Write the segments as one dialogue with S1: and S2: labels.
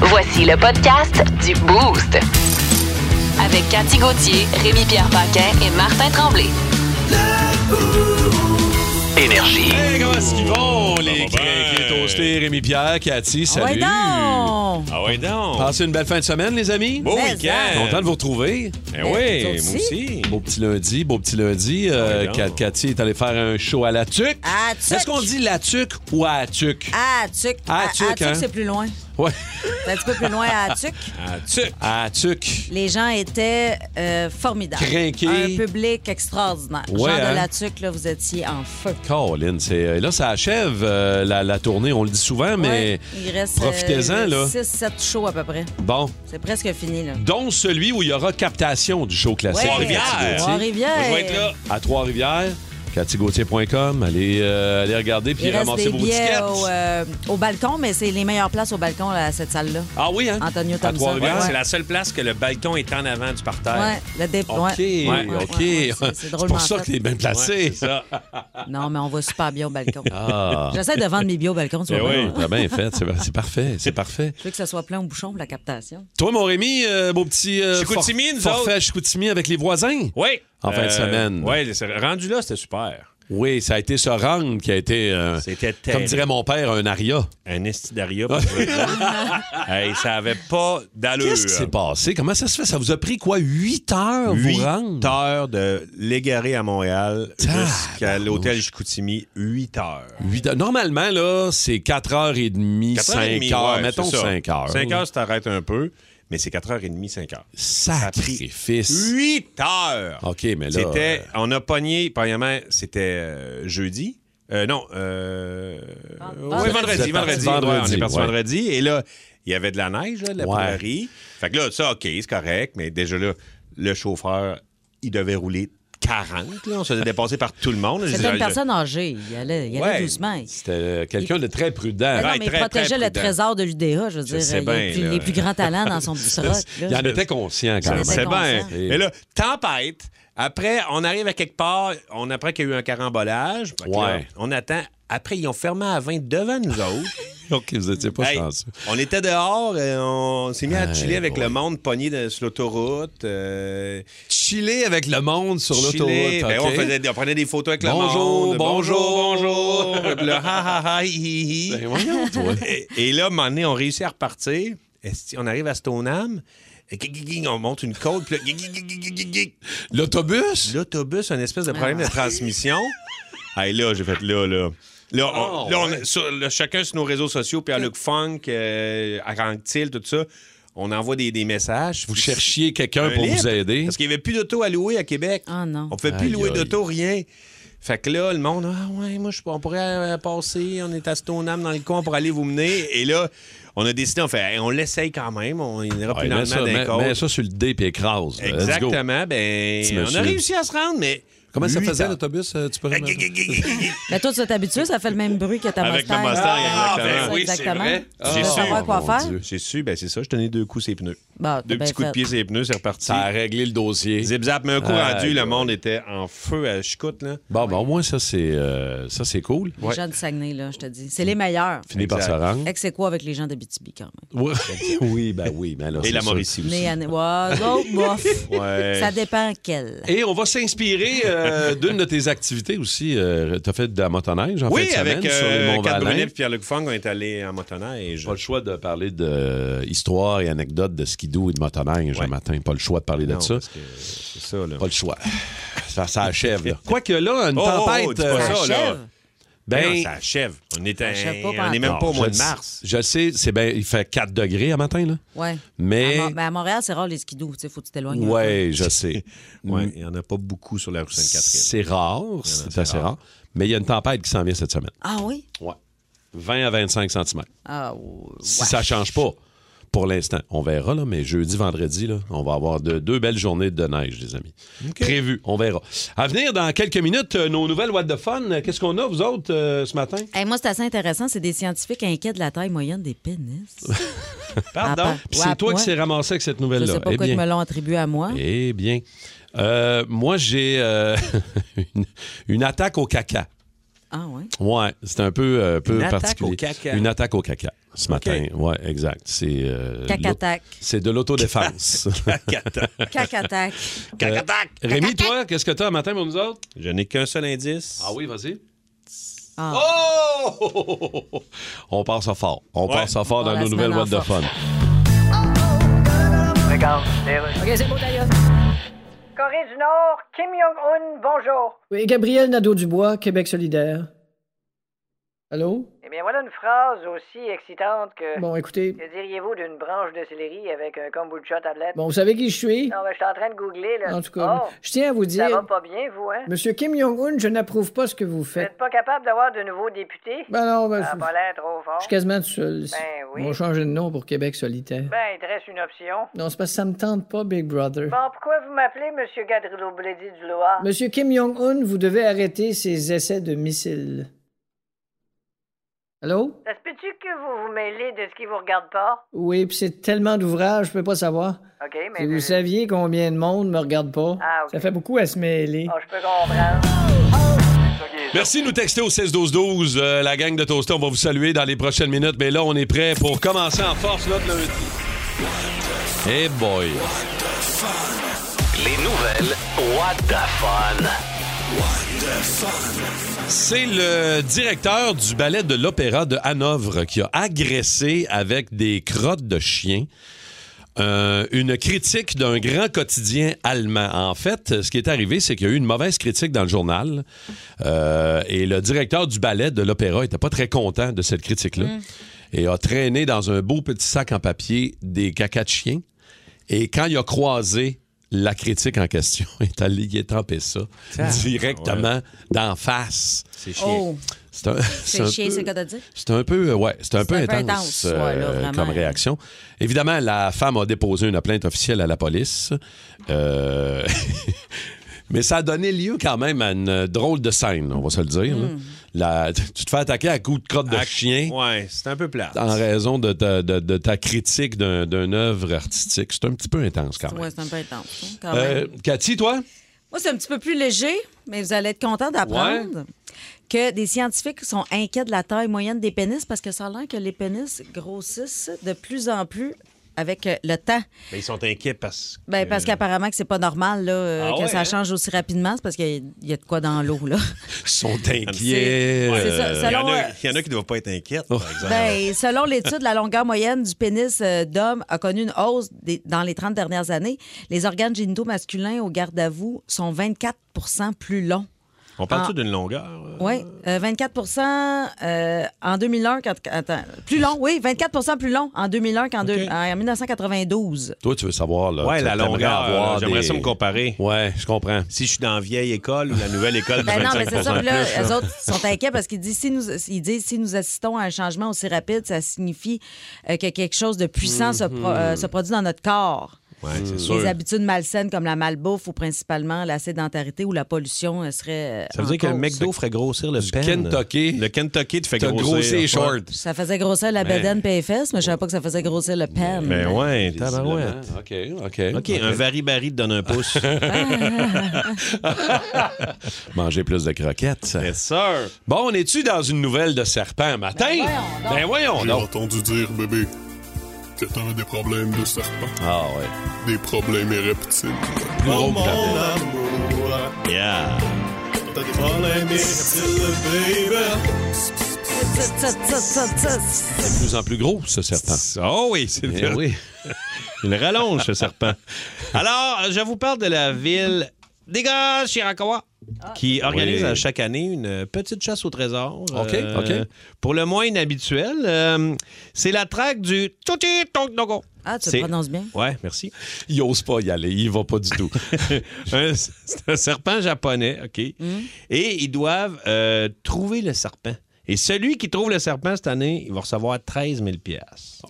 S1: Voici le podcast du Boost. Avec Cathy Gauthier, Rémi-Pierre Paquin et Martin Tremblay.
S2: Énergie.
S3: Hey, comment est-ce qu'ils vont, les
S4: va bien.
S3: Clétostés, Rémi Pierre,
S5: Ah
S3: Cathy, Ah, ben, salut.
S5: non!
S4: Ah ouais donc.
S3: Passez une belle fin de semaine, les amis.
S4: Beau
S5: Mais hein. Ben,
S4: week-end.
S3: Content de vous retrouver.
S4: Eh
S5: Vous
S4: oui,
S5: autres
S4: moi aussi. Ah
S3: Beau petit lundi, beau petit lundi. Euh,
S4: Ouais, donc.
S3: Kat- Cathy est allée faire un show à la tuque.
S5: À Tuc.
S3: Est-ce qu'on dit la tuque ou à la tuque?
S5: À Tuc.
S3: À
S5: À- à
S3: Tuc,
S5: Tuc,
S3: hein?
S5: c'est plus loin.
S3: Ouais.
S5: C'est un petit peu plus loin à Tuc.
S4: Ah, tu-
S3: À la tuque.
S5: Les gens étaient euh, formidables.
S3: Crinqués.
S5: Un public extraordinaire.
S3: Ouais,
S5: Jean
S3: hein?
S5: de la Tuc, là, vous étiez en feu.
S3: Colin, c'est euh, là ça achève euh, la, la tournée, on le dit souvent, mais
S5: Ouais, il reste
S3: profitez-en là.
S5: 6-7 shows à peu près.
S3: Bon,
S5: C'est presque fini, là.
S3: dont celui où il y aura captation du show classique.
S5: Ouais.
S3: de Cathy
S4: Trois-Rivières.
S3: Gauthier.
S5: Trois-Rivières.
S4: Moi, je vais être là.
S3: à Trois-Rivières, cathygautier.com. Allez, euh, allez regarder puis
S5: Il reste
S3: ramassez
S5: des
S3: vos
S5: billets
S3: tickets.
S5: au, euh, au balcon, mais c'est les meilleures places au balcon, là, à cette salle-là.
S3: Ah oui, hein?
S5: Antonio
S3: À
S5: Thompson.
S4: Ouais,
S3: Trois-Rivières,
S5: Ouais.
S4: C'est la seule place que le balcon est en avant du parterre.
S5: Ouais, le dé-
S3: OK,
S5: ouais.
S4: Ouais, ouais,
S5: ouais,
S3: OK.
S5: c'est- c'est
S3: c'est
S5: drôlement
S3: pour ça que
S5: fait.
S3: t'es bien
S4: Ouais,
S3: placé.
S4: c'est ça.
S5: Non, mais on va super bien au balcon.
S3: Ah,
S5: J'essaie de vendre mes billets au balcon, tu
S4: Eh
S5: vois.
S4: oui.
S5: bien.
S3: t'as bien fait. C'est c'est parfait, c'est parfait.
S5: Je veux que ça soit plein au bouchon pour la captation.
S3: Toi, mon Rémi, euh, beau petit euh,
S4: Chicoutimi, nous
S3: forfait
S4: autres.
S3: à Chicoutimi avec les voisins.
S4: Oui. Euh,
S3: En fin de semaine.
S4: Oui, c'est- rendu là, c'était super.
S3: Oui, ça a été ce rang qui a été, euh,
S4: C'était
S3: comme
S4: terrible.
S3: dirait mon père, un aria.
S4: Un estidaria. pour vrai dire. hey, ça avait pas d'allure.
S3: Qu'est-ce qui s'est passé? Comment ça se fait? Ça vous a pris quoi? 8 heures
S4: Huit
S3: vous rendre?
S4: heures de l'égarer à Montréal
S3: Tabarnouche.
S4: jusqu'à l'hôtel Chicoutimi. 8 heures.
S3: Huit heures. Normalement, là, c'est 4h30, 5h,
S4: 4h30, ouais,
S3: mettons
S4: c'est ça.
S3: 5h.
S4: 5 heures, si t'arrêtes un peu, mais c'est 4h30, 5 heures.
S3: Sacrifice.
S4: 8 heures!
S3: OK, mais là. euh,
S4: C'était, on a pogné, premièrement, c'était euh, jeudi. Euh, non, euh, ouais,
S3: Vous
S4: vendredi,
S3: êtes
S4: vendredi,
S3: parti vendredi,
S4: ouais, on est parti
S3: ouais.
S4: vendredi. Et là, il y avait de la neige, là, de la
S3: Ouais.
S4: pleurie. Fait que là, ça, OK, c'est correct. Mais déjà là, le chauffeur, il devait rouler 40. là. on se faisait dépasser par tout le monde. Je
S5: C'était
S4: disais,
S5: une
S4: je-
S5: personne âgée. Il allait, il allait
S4: Ouais.
S5: doucement. Il-
S3: C'était euh, quelqu'un de très prudent.
S5: Ah non,
S4: Ouais,
S5: mais il
S4: très,
S5: protégeait
S4: très
S5: le
S4: prudent.
S5: trésor de l'UDA, je veux dire.
S4: sais
S5: il y a
S4: bien,
S5: plus-
S4: là.
S5: les plus grands talents dans son busroc.
S3: Il en était
S4: Hein,
S3: conscient quand même.
S5: C'est-
S4: C'est bien.
S5: conscient.
S4: Mais là, tempête. Après, on arrive à quelque part, on apprend qu'il y a eu un carambolage. Fait que là,
S3: Ouais.
S4: on attend. Après, ils ont fermé à 20 devant nous autres.
S3: OK, vous n'étiez pas
S4: Hey,
S3: chanceux.
S4: on était dehors, et on s'est mis à
S3: Hey,
S4: chiller avec
S3: boy.
S4: le monde pogné de- sur l'autoroute. euh,
S3: Chiller avec le monde sur
S4: chiller.
S3: l'autoroute.
S4: Ben,
S3: OK?
S4: on, faisait- on prenait des photos avec
S3: Bonjour,
S4: le monde.
S3: bonjour.
S4: bonjour. Puis là, ha, ha, ha, Ah, hi, hi, hi.
S3: Ben, voyons, toi.
S4: Et- Et là, à un moment donné, on réussit à repartir. Esti, On arrive à Stoneham. Et guing, guing, guing, On monte une côte. Puis là, guing, guing, guing, guing, guing, guing.
S3: L'autobus? Ah.
S4: L'autobus a une espèce de problème de transmission. Hey, là, j'ai fait là, là. Là, on,
S3: Oh,
S4: là, on a- sur- là, chacun sur nos réseaux sociaux, puis à Luc Funk, euh, à Ranctil, tout ça, on envoie des, des messages.
S3: Vous cherchiez quelqu'un
S4: Un
S3: pour vous
S4: libre,
S3: aider?
S4: Parce qu'il n'y avait plus d'auto à louer à Québec.
S5: Ah non.
S4: On ne pouvait plus
S3: Aïe,
S4: louer
S3: aïe.
S4: d'auto, rien. Fait que là, le monde, ah ouais, moi, je, on pourrait euh, passer, on est à Stoneham dans le coin pour aller vous mener. Et là, on a décidé, on fait, Hey, on l'essaye quand même, on ira
S3: Ouais,
S4: plus
S3: mets, ça,
S4: normalement
S3: mets-
S4: d'un côte.
S3: mets ça sur le dé et écrase. là. Let's go.
S4: Exactement.
S3: Petit
S4: Ben, on
S3: monsieur.
S4: a réussi à se rendre, mais.
S3: Comment ça
S4: huit
S3: faisait
S4: heures.
S3: l'autobus? euh, Tu peux remettre-
S5: Mais toi, tu es habitué, ça fait le même bruit que ta
S4: Avec
S5: Mustang.
S4: le Mustang,
S5: Ah,
S4: exactement.
S5: c'est ça,
S4: ben Oui, c'est
S5: exactement.
S4: vrai.
S5: Tu
S4: J'ai
S5: veux
S4: su.
S5: savoir quoi
S3: Oh, mon
S5: faire?
S3: Dieu.
S4: J'ai su, ben c'est ça, je tenais deux coups ses pneus.
S5: Bon, Bah, ben, t'as
S4: deux
S5: bien
S4: petits coups de
S5: fait.
S4: pied ses pneus, c'est reparti.
S3: Ça a réglé le dossier.
S4: Zip zap, mais un coup
S3: Ah,
S4: rendu,
S3: gars.
S4: le monde était en feu à Chicoute, là.
S3: Bon, ben, au moins, ça, c'est euh, ça, c'est cool.
S5: Les gens du Saguenay, là, je te dis. C'est les meilleurs.
S3: Fini par se
S4: Exact.
S3: rendre.
S5: Ex quoi avec les gens d'Abitibi, quand même.
S3: Oui, oui, ben oui. Ben, là,
S4: Et
S3: c'est
S4: la
S3: sûr.
S4: Mauricie aussi.
S5: Né à nez. Ouais, d'autres, bof.
S4: Ouais.
S5: Ça dépend quel.
S3: Et on va s'inspirer euh, d'une de tes activités aussi. tu as fait de la motoneige en
S4: Oui,
S3: fin de semaine
S4: avec
S3: sur les
S4: euh,
S3: monts
S4: Kat
S3: Valin.
S4: Brunet et Pierre-Luc Fong, on est allés en motoneige.
S3: Pas le choix de parler de euh, histoire et anecdotes de skidoo et de motoneige
S4: Ouais.
S3: le matin. Pas le choix de parler
S4: Non,
S3: de ça.
S4: parce que C'est ça, là.
S3: Pas le choix. Ça, ça achève. là. Quoique là, une
S4: Oh, oh,
S3: tempête.
S4: oh, dis pas
S3: euh,
S4: ça, là.
S5: Achève.
S4: Ben,
S3: ben,
S4: non, ça achève. On est,
S5: achève pas
S4: on est même
S3: non,
S4: pas au
S3: je
S4: mois
S3: le
S4: de
S3: sais-
S4: mars.
S3: Je le sais, c'est ben, il fait 4 degrés à matin. Là.
S5: Ouais. Ah,
S3: Mais-
S5: À Mo- à Montréal, c'est rare les skidoux. Tu sais, faut que tu t'éloignes. un peu.
S3: Ouais, je sais. Mm.
S4: Ouais, il n'y en a pas beaucoup sur la rue Sainte-Catherine.
S3: C'est rare, c'est assez rare. Mais il y a une tempête qui s'en vient cette semaine.
S5: Ah oui?
S3: Ouais. 20 à 25 cm.
S5: Ah, ouais.
S3: Si ça change pas, pour l'instant, on verra, là, mais jeudi, vendredi, là, on va avoir de- deux belles journées de neige, les amis. Prévu, on verra. À venir, dans quelques minutes, euh, nos nouvelles What the Fun. Euh, Qu'est-ce qu'on a, vous autres, euh, ce matin?
S5: Hey, moi, c'est assez intéressant. C'est des scientifiques inquiets de la taille moyenne des pénis.
S3: Pardon? Puis c'est
S5: Ouais,
S3: toi
S5: moi.
S3: qui s'est ramassé avec cette
S5: Je
S3: nouvelle-là.
S5: sais pas
S3: Eh
S5: pourquoi ils
S3: bien.
S5: me l'ont attribué à moi.
S3: Eh bien. Euh, moi, j'ai euh, une, une attaque au caca.
S5: Ah, ouais.
S3: Ouais, c'est un peu, euh, peu
S4: Une attaque
S3: particulier.
S4: au caca.
S3: Une attaque au caca ce matin. Ouais, exact. C'est euh,
S5: Cac-attaque.
S3: l'auto- C'est de l'autodéfense. Euh,
S5: Cac-attaque.
S4: Cac-attac.
S3: Rémi, toi, qu'est-ce que t'as un matin pour nous autres?
S4: Je n'ai qu'un seul indice.
S3: Ah oui, vas-y.
S5: Ah.
S3: Oh! On part ça fort. On part ça fort
S5: Bon,
S3: dans
S5: la
S3: nos nouvelles
S5: semaine en
S3: What de Fun.
S5: force.
S2: Corée du Nord, Kim Jong-un, bonjour.
S6: Oui, Gabriel Nadeau-Dubois, Québec solidaire. Allô?
S2: Eh bien, voilà une phrase aussi excitante que...
S6: Bon, écoutez.
S2: Que diriez-vous d'une branche de céleri avec un kombucha tablette? Ah
S6: Bon, vous savez qui je suis?
S2: Non, mais je suis en train de googler, là.
S6: En tout cas,
S2: Oh,
S6: je tiens à vous
S2: ça va
S6: dire,
S2: pas bien, vous, hein?
S6: Monsieur Kim Jong-un, je n'approuve pas ce que vous
S2: Vous
S6: faites.
S2: n'êtes pas capable d'avoir de nouveaux députés?
S6: Ben non, ben,
S2: ça a
S6: je-
S2: pas l'air trop fort.
S6: je suis quasiment tout seul.
S2: Ben oui.
S6: On va changer de nom pour Québec solitaire.
S2: Ben, il te reste une option.
S6: Non, c'est parce que ça me tente pas, Big Brother.
S2: Bon, pourquoi vous m'appelez Monsieur Gadrillo Bledy du Loir?
S6: Monsieur Kim Jong-un, vous devez arrêter ses essais de missiles. Allô?
S2: Ça se peut-tu que vous vous mêlez de ce qui vous regarde pas?
S6: Oui, puis c'est tellement d'ouvrages, je peux pas savoir.
S2: OK, mais...
S6: Si vous saviez combien de monde me regarde pas,
S2: Ah, ok.
S6: ça fait beaucoup à se mêler.
S2: Oh, je peux comprendre.
S3: Merci de nous texter au 16-12-12. Euh, la gang de Toasté, on va vous saluer dans les prochaines minutes. Mais là, on est prêt pour commencer en force notre lundi. Hey boy!
S7: Les nouvelles What the Fun.
S3: C'est le directeur du ballet de l'Opéra de Hanovre qui a agressé avec des crottes de chien euh, une critique d'un grand quotidien allemand. En fait, ce qui est arrivé, c'est qu'il y a eu une mauvaise critique dans le journal euh, et le directeur du ballet de l'Opéra n'était pas très content de cette critique-là et a traîné dans un beau petit sac en papier des cacas de chien. Et quand il a croisé la critique en question, il est allé y étamper ça
S4: Ah
S3: directement d'en face.
S4: C'est chiant.
S5: Oh,
S3: C'est un, c'est
S5: c'est
S3: un
S5: chier,
S3: peu-
S5: c'est quoi t'as dit?
S3: c'est un peu, euh, ouais, c'est un
S5: C'est
S3: peu
S5: un peu intense,
S3: intense,
S5: ouais, là,
S3: euh,
S5: vraiment.
S3: comme réaction. Évidemment, la femme a déposé une plainte officielle à la police. Euh, Mais ça a donné lieu quand même à une drôle de scène, on va se le dire.
S5: Hmm.
S3: là. La- Tu te fais attaquer à coups de crotte de
S4: Ah,
S3: chien
S4: Ouais, c'est un peu plat.
S3: en raison de ta, de- de ta critique d'un- d'une œuvre artistique. C'est un petit peu intense quand même.
S5: Ouais, c'est un peu intense. hein, quand
S3: Euh,
S5: même.
S3: Cathy, toi?
S5: Moi, c'est un petit peu plus léger, mais vous allez être content d'apprendre que des scientifiques sont inquiets de la taille moyenne des pénis parce que ça a l'air que les pénis grossissent de plus en plus avec euh, le temps.
S4: Ben, ils sont inquiets parce que.
S5: Ben,
S3: Euh.
S5: parce qu'apparemment que c'est pas normal là, euh,
S4: Ah
S5: que
S4: ouais,
S5: ça
S4: hein?
S5: change aussi rapidement. C'est parce qu'il y a- il y a de quoi dans l'eau, là.
S3: Ils sont
S5: C'est-
S3: inquiets. Oh.
S5: c'est
S3: euh,
S5: ça,
S4: Il y,
S5: selon,
S4: en a,
S5: euh,
S4: il y en a qui ne doivent pas être inquiètes, par exemple.
S5: Ben, selon l'étude, la longueur moyenne du pénis euh, d'homme a connu une hausse des- dans les 30 dernières années. Les organes génitaux masculins, au garde à vous, sont 24 plus longs.
S4: On parle-tu d'une longueur? euh?
S5: Oui, 24 euh, en 2001, quand, attends, plus long, oui, 24 plus long en 2001 qu'en deux- en 1992.
S3: Toi, tu veux savoir, là.
S4: Ouais,
S3: tu-
S4: la
S3: t'aimerais
S4: longueur.
S3: avoir
S4: euh, J'aimerais
S3: des-
S4: ça me comparer.
S3: Ouais, je comprends.
S4: Si je suis dans la vieille école ou la nouvelle école du
S5: Ben non, mais
S4: 25
S5: c'est ça. puis
S4: plus,
S5: Là,
S4: là.
S5: eux autres sont inquiets parce qu'ils disent si nous, ils disent si nous assistons à un changement aussi rapide, ça signifie euh, que quelque chose de puissant se,
S4: Mhm.
S5: pro- euh, se produit dans notre corps.
S4: Ouais, c'est
S5: Mm. Les
S4: sûr.
S5: habitudes malsaines comme la malbouffe ou principalement la sédentarité ou la pollution euh, seraient. euh,
S4: Ça veut dire
S5: en
S4: que le
S5: cause.
S4: McDo ferait grossir le pen.
S3: Kentucky.
S4: Le Kentucky te fait
S3: T'as
S4: grossir.
S3: grossi les shorts.
S4: Ouais.
S5: Ça faisait grossir la bedaine PFS, mais je savais pas que ça faisait grossir le pen.
S4: Ben ouais,
S3: Visiblement.
S4: tabarouette.
S3: OK, OK.
S4: OK, un vari-bari te donne un pouce.
S3: Manger plus de croquettes.
S4: Yes, sir.
S3: Bon, on est-tu dans une nouvelle de serpent matin? Ben voyons
S8: J'ai
S3: donc.
S8: entendu dire, bébé, que t'as des problèmes de serpent,
S3: Ah ouais.
S8: des problèmes et reptiles.
S3: Plus gros que la tête.
S4: Yeah.
S5: Tss, tss, tss, tss, tss.
S3: De plus en plus gros, ce serpent.
S4: Oh oui, c'est
S3: Eh oui.
S4: Il rallonge, ce serpent. Alors, je vous parle de la ville des gars Chirakawa,
S5: Ah.
S4: qui organise
S3: Oui.
S4: à chaque année une petite chasse au trésor. euh,
S3: OK, OK.
S4: Pour le moins inhabituel, euh, c'est la traque du Tuti Tonknogo.
S5: Ah, tu
S4: C'est-
S5: le prononces bien.
S4: Ouais, merci.
S3: Il ose pas y aller. Il va pas du tout.
S4: Un-
S5: Mm.
S4: c'est un serpent japonais, OK. Et ils doivent euh, trouver le serpent Et celui qui trouve le serpent cette année, il va recevoir 13 000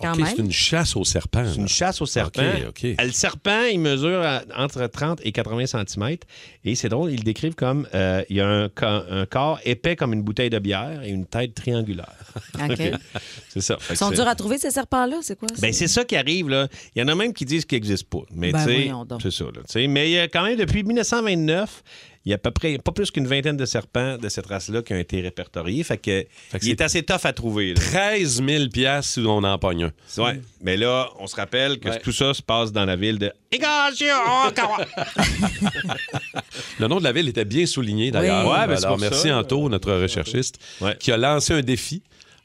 S5: Quand
S3: OK,
S5: même.
S3: c'est une chasse au serpent.
S4: C'est une chasse au serpent. Euh,
S3: OK, OK.
S4: Le serpent, il mesure à- entre 30 et 80 cm. Et c'est drôle, ils le décrivent comme euh, il y a un, co- un corps épais comme une bouteille de bière et une tête triangulaire.
S5: OK.
S4: C'est ça.
S5: Ils
S4: Fait que
S5: sont
S4: c'est-
S5: durs à trouver, ces serpents-là? C'est quoi? ça?
S4: ben, c'est ça qui arrive. Là. Il y en a même qui disent qu'ils n'existent pas. Mais
S5: Ben,
S4: tu sais,
S5: voyons donc.
S4: c'est ça. Là, tu sais. mais il y a quand même, depuis 1929, il y a à peu près pas plus qu'une vingtaine de serpents de cette race-là qui ont été répertoriés. Fait que,
S3: Fait que
S4: il est...
S3: c'est-
S4: assez tough à trouver. là.
S3: 13 000 piastres si on en pogne un.
S4: Ouais. Mais là, on se rappelle que
S3: Ouais.
S4: tout ça se passe dans la ville de
S3: Le nom de la ville était bien souligné d'ailleurs.
S5: Oui.
S4: Ouais, ben, c'est
S3: Alors,
S4: pour
S3: merci
S4: ça.
S3: Anto, notre recherchiste,
S4: Ouais.
S3: qui a lancé un défi.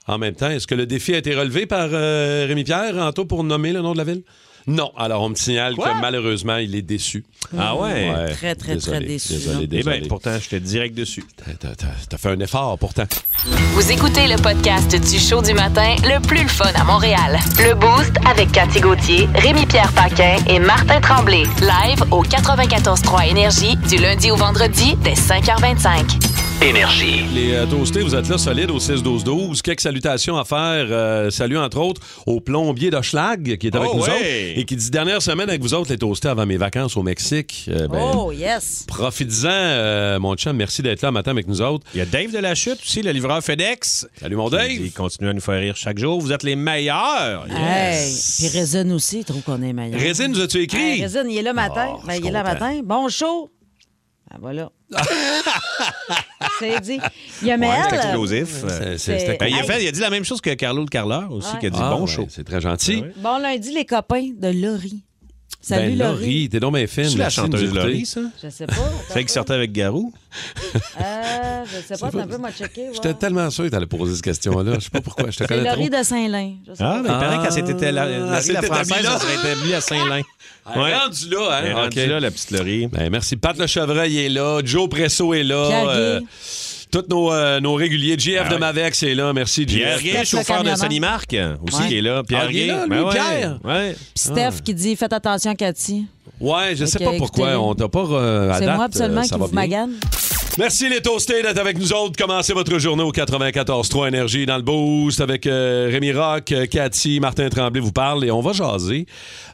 S3: En même temps, est-ce que le défi a été relevé par euh, Rémi Pierre, Anto, pour nommer le nom de la ville? Non. Alors, on me signale
S4: Quoi?
S3: que malheureusement, il est déçu.
S4: Ah ouais?
S5: Très, très,
S3: Désolé,
S5: très déçu,
S3: Désolé,
S5: non?
S4: Eh
S3: désolé.
S4: bien, pourtant, j'étais direct dessus.
S3: T'as- t'as- T'as t'as fait un effort pourtant.
S1: Vous écoutez le podcast du show du matin le plus le fun à Montréal. Le Boost avec Cathy Gauthier, Rémi-Pierre Paquin et Martin Tremblay. Live au 94.3 Énergie du lundi au vendredi dès 5h25.
S7: Énergie.
S3: Les euh, toastés, vous êtes là solide au 6-12-12. Quelques salutations à faire. Euh, salut entre autres au plombier de Schlag qui est avec
S4: Oh,
S3: nous
S4: ouais.
S3: autres et qui dit dernière semaine avec vous autres les toastés avant mes vacances au Mexique. Euh, ben,
S5: Oh, yes!
S3: Profites-en, euh, mon chum. Merci d'être là le matin avec nous autres.
S4: Il y a Dave de la Chute aussi, le livreur FedEx.
S3: Salut, mon Dave.
S4: Il continue à nous faire rire chaque jour. Vous êtes les meilleurs.
S3: Yes.
S5: Hey! Puis Résine aussi, il trouve qu'on est meilleur.
S3: Résine, nous as-tu écrit?
S5: Hey, Résine, il est là matin.
S3: Oh,
S5: Ben,
S3: je
S5: il est là
S3: comprends.
S5: matin. Bon show! Ben, voilà. C'est dit. Il y a Mel.
S4: c'est explosif.
S3: euh, C'est-
S5: c'est-
S3: c'est-
S4: Ben, il, a
S5: Hey.
S4: fait- il a dit la même chose que Carlo le Carleur aussi,
S5: Ouais.
S4: qui a dit
S3: Ah,
S4: bon
S3: ouais,
S4: show. Ben
S3: C'est très gentil.
S5: Bon lundi, les copains de Laurie. Salut
S3: ben,
S5: Laurie.
S3: Laurie, t'es donc bien fine.
S4: C'est la
S3: Merci de nous
S4: chanteuse
S3: écouter.
S4: Laurie, ça?
S5: Je sais pas. attends
S4: Celle qui
S5: un peu.
S4: sortait avec Garou?
S5: Euh, je sais pas, t'as un peu m'a checké. ouais.
S3: J'étais tellement sûr que t'allais poser cette question-là. Je sais pas pourquoi. Je te
S5: C'est
S3: connais trop.
S5: Laurie de Saint-Lin. Je sais
S4: Ah,
S5: pas.
S4: mais il paraît
S3: Ah.
S4: qu'elle s'était la,
S3: Elle
S4: Laurie la
S3: s'était
S4: française,
S3: établie là.
S4: elle serait établie à Saint-Lin.
S3: Elle est
S4: Ouais.
S3: rendue là, hein?
S4: Elle est rendue
S3: OK.
S4: là, la petite Laurie.
S3: Ben, merci. Pat Le Chevreuil est là. Joe Presso est là. Euh,
S5: Pierre Guy.
S3: tous nos, euh, nos réguliers. JF
S4: Ah
S3: de
S4: ouais.
S3: Mavex est là. Merci,
S4: Pierre
S3: JF.
S4: Gué,
S5: le
S4: chauffeur de
S5: camionneur.
S4: Sony-Marc, aussi,
S5: Ouais.
S4: qui est là. Pierre
S3: Ah, il est
S4: Gué.
S3: là, lui,
S4: Ben ouais.
S3: Pierre.
S4: Ouais. Ah.
S5: Puis
S3: Ah.
S5: Steph qui dit Faites attention, Cathy.
S3: Ouais, je sais
S5: Fait
S3: pas
S5: que,
S3: pourquoi.
S5: écoutez-le.
S3: On t'a pas. euh, à
S5: C'est
S3: date,
S5: moi
S3: euh,
S5: absolument
S3: ça
S5: qui
S3: va
S5: vous
S3: bien.
S5: magane.
S3: Merci les toastés d'être avec nous autres. Commencez votre journée au 94-3 Énergie dans le Boost avec euh, Rémi Rock, euh, Cathy, Martin Tremblay vous parle et on va jaser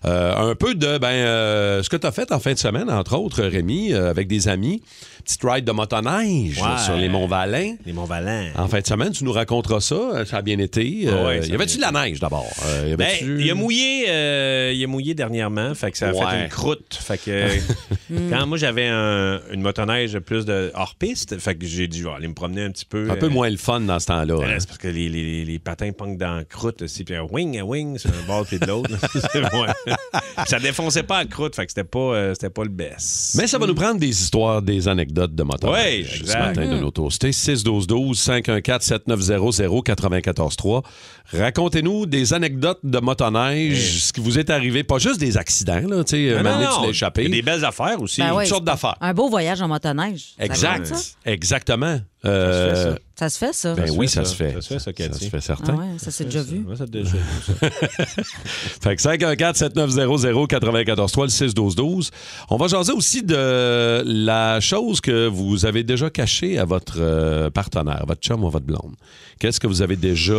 S3: euh, un peu de ben, euh, ce que tu as fait en fin de semaine, entre autres, Rémi, euh, avec des amis. Petite ride de motoneige
S4: Ouais.
S3: sur les monts Valin.
S4: Les Mont-Valin.
S3: En fin de semaine, tu nous raconteras ça. Euh, Ça a bien été.
S4: Ah Ouais,
S3: Euh,
S4: ça
S3: y
S4: a
S3: avait-tu de
S4: bien
S3: la neige d'abord? Euh, y
S4: Ben,
S3: avait-tu-
S4: il a mouillé, euh, il a mouillé dernièrement, fait que ça a
S3: Ouais. Hmm.
S4: fait une croûte. Fait que quand moi j'avais un- une motoneige plus de hors piste, fait que j'ai dû je vais aller me promener un petit peu.
S3: Un peu
S4: euh,
S3: moins le fun dans ce temps-là.
S4: ben
S3: hein.
S4: là, c'est parce que les, les- les patins pongent dans la croûte aussi, puis un wing à wing sur un bord puis de l'autre. Ouais. Puis ça défonçait pas la croûte, fait que c'était pas, euh, c'était pas le best.
S3: Mais ça va nous prendre des histoires, des anecdotes de
S4: Ouais,
S3: motoneige
S4: exact.
S3: ce matin
S5: Hum.
S3: de nos toastés. 612-12-514-7900-943. Racontez-nous des anecdotes de motoneige, ce qui vous est arrivé, pas juste des accidents, là, tu sais,
S4: Eh. Ah, Non,
S3: un moment
S4: non,
S3: donné, tu
S4: non,
S3: l'as échappé.
S4: il y a des belles affaires aussi.
S5: Ben
S3: Une
S5: ouais.
S3: sorte d'affaires.
S5: Un beau voyage en motoneige. Ça
S3: Exact.
S5: se fait, ça?
S3: Exactement. Euh,
S4: Ça se
S5: Ça se fait,
S4: fait, ça.
S5: ça.
S3: Ben oui, ça,
S4: ça.
S3: se fait.
S4: Ça se fait, ça, Cathy.
S3: se fait
S5: Ah
S3: certain.
S5: ouais, ça s'est déjà vu.
S4: Ouais, ça, déjà-
S3: Fait que 514 7900 943 le 6 12 12. On va jaser aussi de la chose que vous avez déjà cachée à votre euh, partenaire, votre chum ou votre blonde. Qu'est-ce que vous avez déjà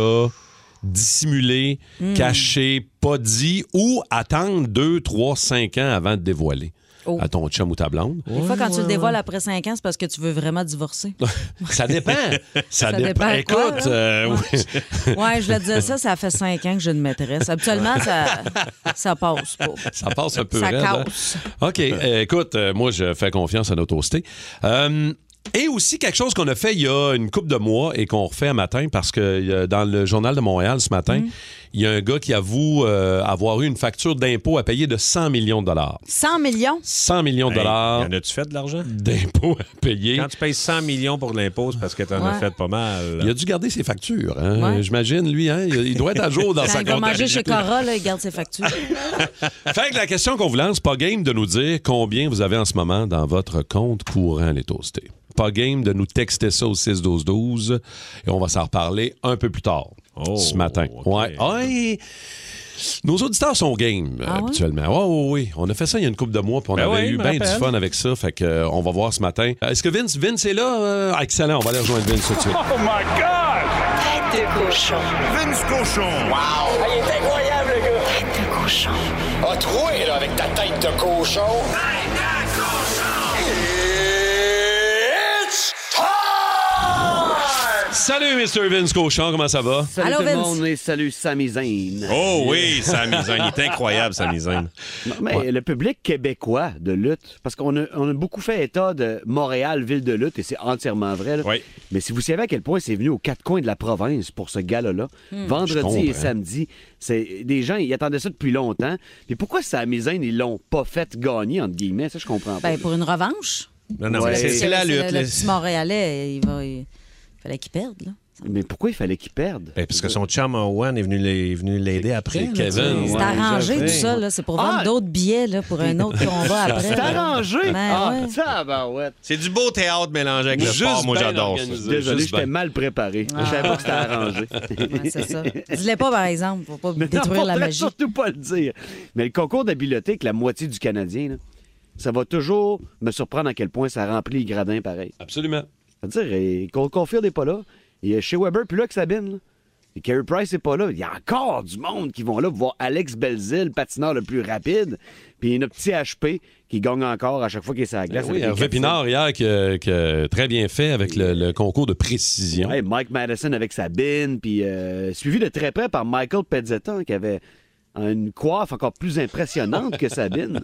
S3: dissimulé,
S5: Hmm.
S3: caché, pas dit ou attendre 2, 3, 5 ans avant de dévoiler
S5: Oh.
S3: à ton chum ou ta blonde?
S5: Des fois, quand tu le dévoiles après 5 ans, c'est parce que tu veux vraiment divorcer.
S3: Ça dépend. ça,
S5: Ça
S3: dépend.
S5: dépend de quoi,
S3: Écoute,
S5: là?
S3: euh, oui.
S5: Ouais, je voulais te dire ça, ça fait 5 ans que j'ai une maîtresse. Habituellement, ça, ça passe pas.
S3: Ça passe un peu
S5: Ça
S3: raide, hein?
S5: casse.
S3: OK. euh, écoute, euh, moi, je fais confiance à notre hosté. Euh, et aussi quelque chose qu'on a fait il y a une couple de mois et qu'on refait un matin parce que euh, dans le journal de Montréal ce matin,
S5: Mm.
S3: il y a un gars qui avoue euh, avoir eu une facture d'impôt à payer de 100 millions de dollars.
S5: 100 millions?
S3: 100 millions de
S4: Hey,
S3: dollars
S4: y en as-tu fait de l'argent?
S3: d'impôt à payer.
S4: Quand tu payes 100 millions pour de l'impôt, c'est parce que t'en as
S5: Ouais.
S4: fait pas mal.
S3: Il a dû garder ses factures. hein.
S5: Ouais.
S3: J'imagine, lui, hein, il il doit être à jour dans
S5: Quand
S3: sa
S5: il va manger
S3: comptabilité.
S5: chez Cora, là, il garde ses factures.
S3: Fait que la question qu'on vous lance, pas game de nous dire combien vous avez en ce moment dans votre compte courant les toastés. Pas game de nous texter ça au 6-12-12 et on va s'en reparler un peu plus tard
S4: Oh,
S3: ce matin.
S4: ok.
S3: Ouais. Ouais. Nos auditeurs sont game
S5: Ah ouais?
S3: habituellement. Ouais, ouais, ouais. On a fait ça il y a une couple de mois puis on
S4: Ben
S3: avait
S4: ouais,
S3: eu
S4: je me
S3: bien du
S4: rappelle.
S3: fun avec ça. Fait que, euh, on va voir ce matin. Est-ce que Vince, Vince est là? Euh, excellent, on va aller rejoindre Vince tout de suite.
S8: Oh my God!
S1: Tête de cochon.
S9: Vince Cochon.
S5: Ah,
S9: Wow!
S7: il est incroyable, le gars!
S1: Tête de cochon.
S7: A troué, là, avec ta tête de cochon. Tête de cochon! It's time!
S3: Salut, Mr. Vince Cochon, comment ça va?
S10: Salut
S5: Allô,
S10: tout le
S5: Vince.
S10: monde et salut Sami Zayn.
S4: Oh oui, sa misaine. Il est incroyable, sa misaine.
S10: Non, mais le public québécois de lutte, parce qu'on a, on a beaucoup fait état de Montréal, ville de lutte, et c'est entièrement vrai. là.
S4: Oui.
S10: Mais si vous savez à quel point c'est venu aux quatre coins de la province pour ce gala-là,
S5: Hmm.
S3: Je comprends.
S10: vendredi et samedi, c'est des gens, ils attendaient ça depuis longtemps. Puis pourquoi Sami Zayn, ils l'ont pas fait gagner, entre guillemets, ça je comprends pas.
S5: Ben, pour une revanche.
S4: Non, non,
S10: Ouais.
S4: mais c'est
S10: C'est-
S4: c'est la
S5: le-
S4: lutte.
S5: Le,
S4: là.
S5: petit Montréalais, il, va, il fallait qu'il perde. Là.
S10: Mais pourquoi il fallait qu'ils perdent?
S4: Ben, parce que son chum Owen est venu les- est venu l'aider après. là, tu
S3: Kevin,
S4: sais.
S3: ouais.
S5: C'est
S10: Ouais,
S5: arrangé
S10: j'avais.
S5: tout ça. là. C'est pour vendre
S10: Ah!
S5: d'autres billets là, pour un autre combat après.
S10: C'est
S5: là.
S10: arrangé!
S5: Ben,
S10: ah,
S5: ouais.
S10: tabarouette.
S4: C'est du beau théâtre mélangé avec le
S3: Juste
S4: sport. Moi,
S3: bien
S4: j'adore ça.
S3: organisé.
S10: Désolé,
S3: Juste
S10: j'étais
S3: bien.
S10: mal préparé.
S5: Ah.
S10: Je savais pas que c'était arrangé.
S5: Ouais, c'est ça. Dis-le pas, par exemple, pour pas
S10: Mais
S5: détruire
S10: non,
S5: la
S10: faudrait
S5: magie.
S10: surtout pas le dire. Mais le concours d'habileté avec la moitié du Canadien, là, ça va toujours me surprendre à quel point ça remplit les gradins pareil.
S3: Absolument.
S10: C'est-à-dire, eh, Cole Caulfield n'est pas là. Il y a Shea Weber, puis là que Sabine. là. Et Carey Price n'est pas là. Il y a encore du monde qui vont là pour voir Alex Belzil, le patineur le plus rapide. Puis notre petit HP qui gagne encore à chaque fois qu'il est sur la glace.
S3: Ben Oui,
S10: avec les
S3: Hervé
S10: quatre
S3: Pinard hier qui a- qui a très bien fait avec le, le concours de précision.
S10: Ouais, Mike Madison avec sa bine, puis euh, suivi de très près par Michael Pezzetta, hein, qui avait une coiffe encore plus impressionnante que sa bine.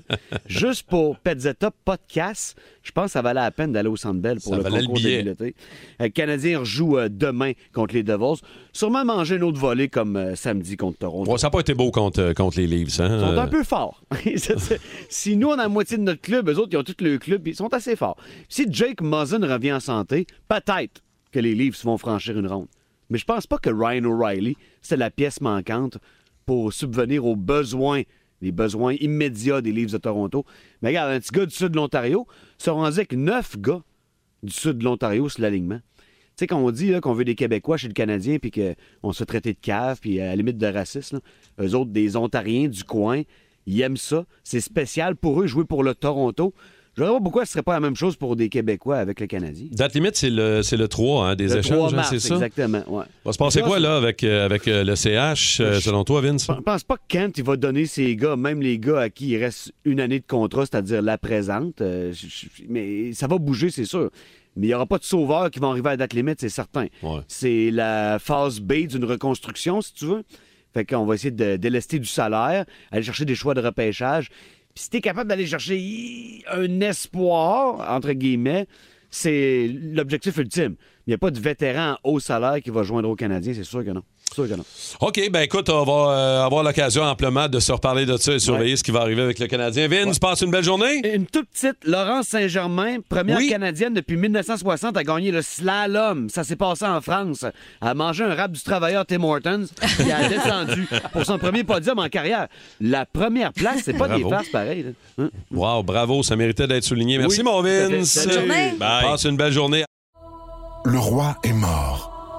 S10: Juste pour Pezzetta, pas de casse. Je pense que ça valait la peine d'aller au Centre Bell pour
S3: Ça
S10: le
S3: valait le
S10: concours
S3: billet.
S10: d'habileté. Euh, Le Canadien rejoue euh, demain contre les Devils. Sûrement manger une autre volée comme euh, samedi contre Toronto.
S3: Bon, ça n'a pas été beau contre, euh, contre les Leafs. Hein?
S10: Ils sont
S3: Euh,
S10: un peu forts. C'est- si nous, on a la moitié de notre club, eux autres, ils ont tout le club, ils sont assez forts. Si Jake Muzzin revient en santé, peut-être que les Leafs vont franchir une ronde. Mais je pense pas que Ryan O'Reilly, c'est la pièce manquante pour subvenir aux besoins, les besoins immédiats des Leafs de Toronto. Mais regarde, un petit gars du sud de l'Ontario se rendait avec neuf gars du sud de l'Ontario sur l'alignement. Tu sais, quand on dit là, qu'on veut des Québécois chez le Canadien, puis qu'on se fait traiter de cave, puis à la limite de racisme, là, eux autres, des Ontariens du coin, ils aiment ça. C'est spécial pour eux jouer pour le Toronto. Je ne vois pas pourquoi ce serait pas la même chose pour des Québécois avec le Canadien.
S3: Euh, Date limite, c'est le, c'est le 3 hein, des
S10: Le 3
S3: échanges, hein,
S10: mars,
S3: c'est ça?
S10: Exactement, ouais.
S3: Va se passer
S10: Là,
S3: quoi
S10: c'est-
S3: là avec, euh, avec euh, le CH, euh, selon toi, Vince?
S10: Je pense pas que Kent il va donner ses gars, même les gars à qui il reste une année de contrat, c'est-à-dire la présente. euh, je- je- mais ça va bouger, c'est sûr. Mais il n'y aura pas de sauveurs qui vont arriver à la date limite, c'est certain.
S3: Ouais.
S10: C'est la phase B d'une reconstruction, si tu veux. Fait qu'on va essayer de délester du salaire, aller chercher des choix de repêchage. Puis si t'es capable d'aller chercher hi- un espoir, entre guillemets, c'est l'objectif ultime. Il n'y a pas de vétéran en haut salaire qui va joindre aux Canadiens, c'est sûr que non. C'est sûr que non.
S3: OK, ben écoute, on va euh, avoir l'occasion amplement de se reparler de ça et surveiller ce qui va arriver avec le Canadien. Vince, passe une belle journée.
S10: Une toute petite, Laurence Saint-Germain, première
S3: Oui.
S10: Canadienne depuis 1960 à gagner le slalom. Ça s'est passé en France. Elle a mangé un rap du travailleur Tim Hortons et elle a descendu pour son premier podium en carrière. La première place, c'est pas des
S3: Bravo.
S10: farces pareilles. là. Hein?
S3: Wow, bravo, ça méritait d'être souligné. Merci,
S10: Oui,
S3: mon
S10: tout à fait.
S3: Vince.
S10: Bonne
S5: journée.
S3: Bye. Passe une belle journée.
S11: Le roi est mort,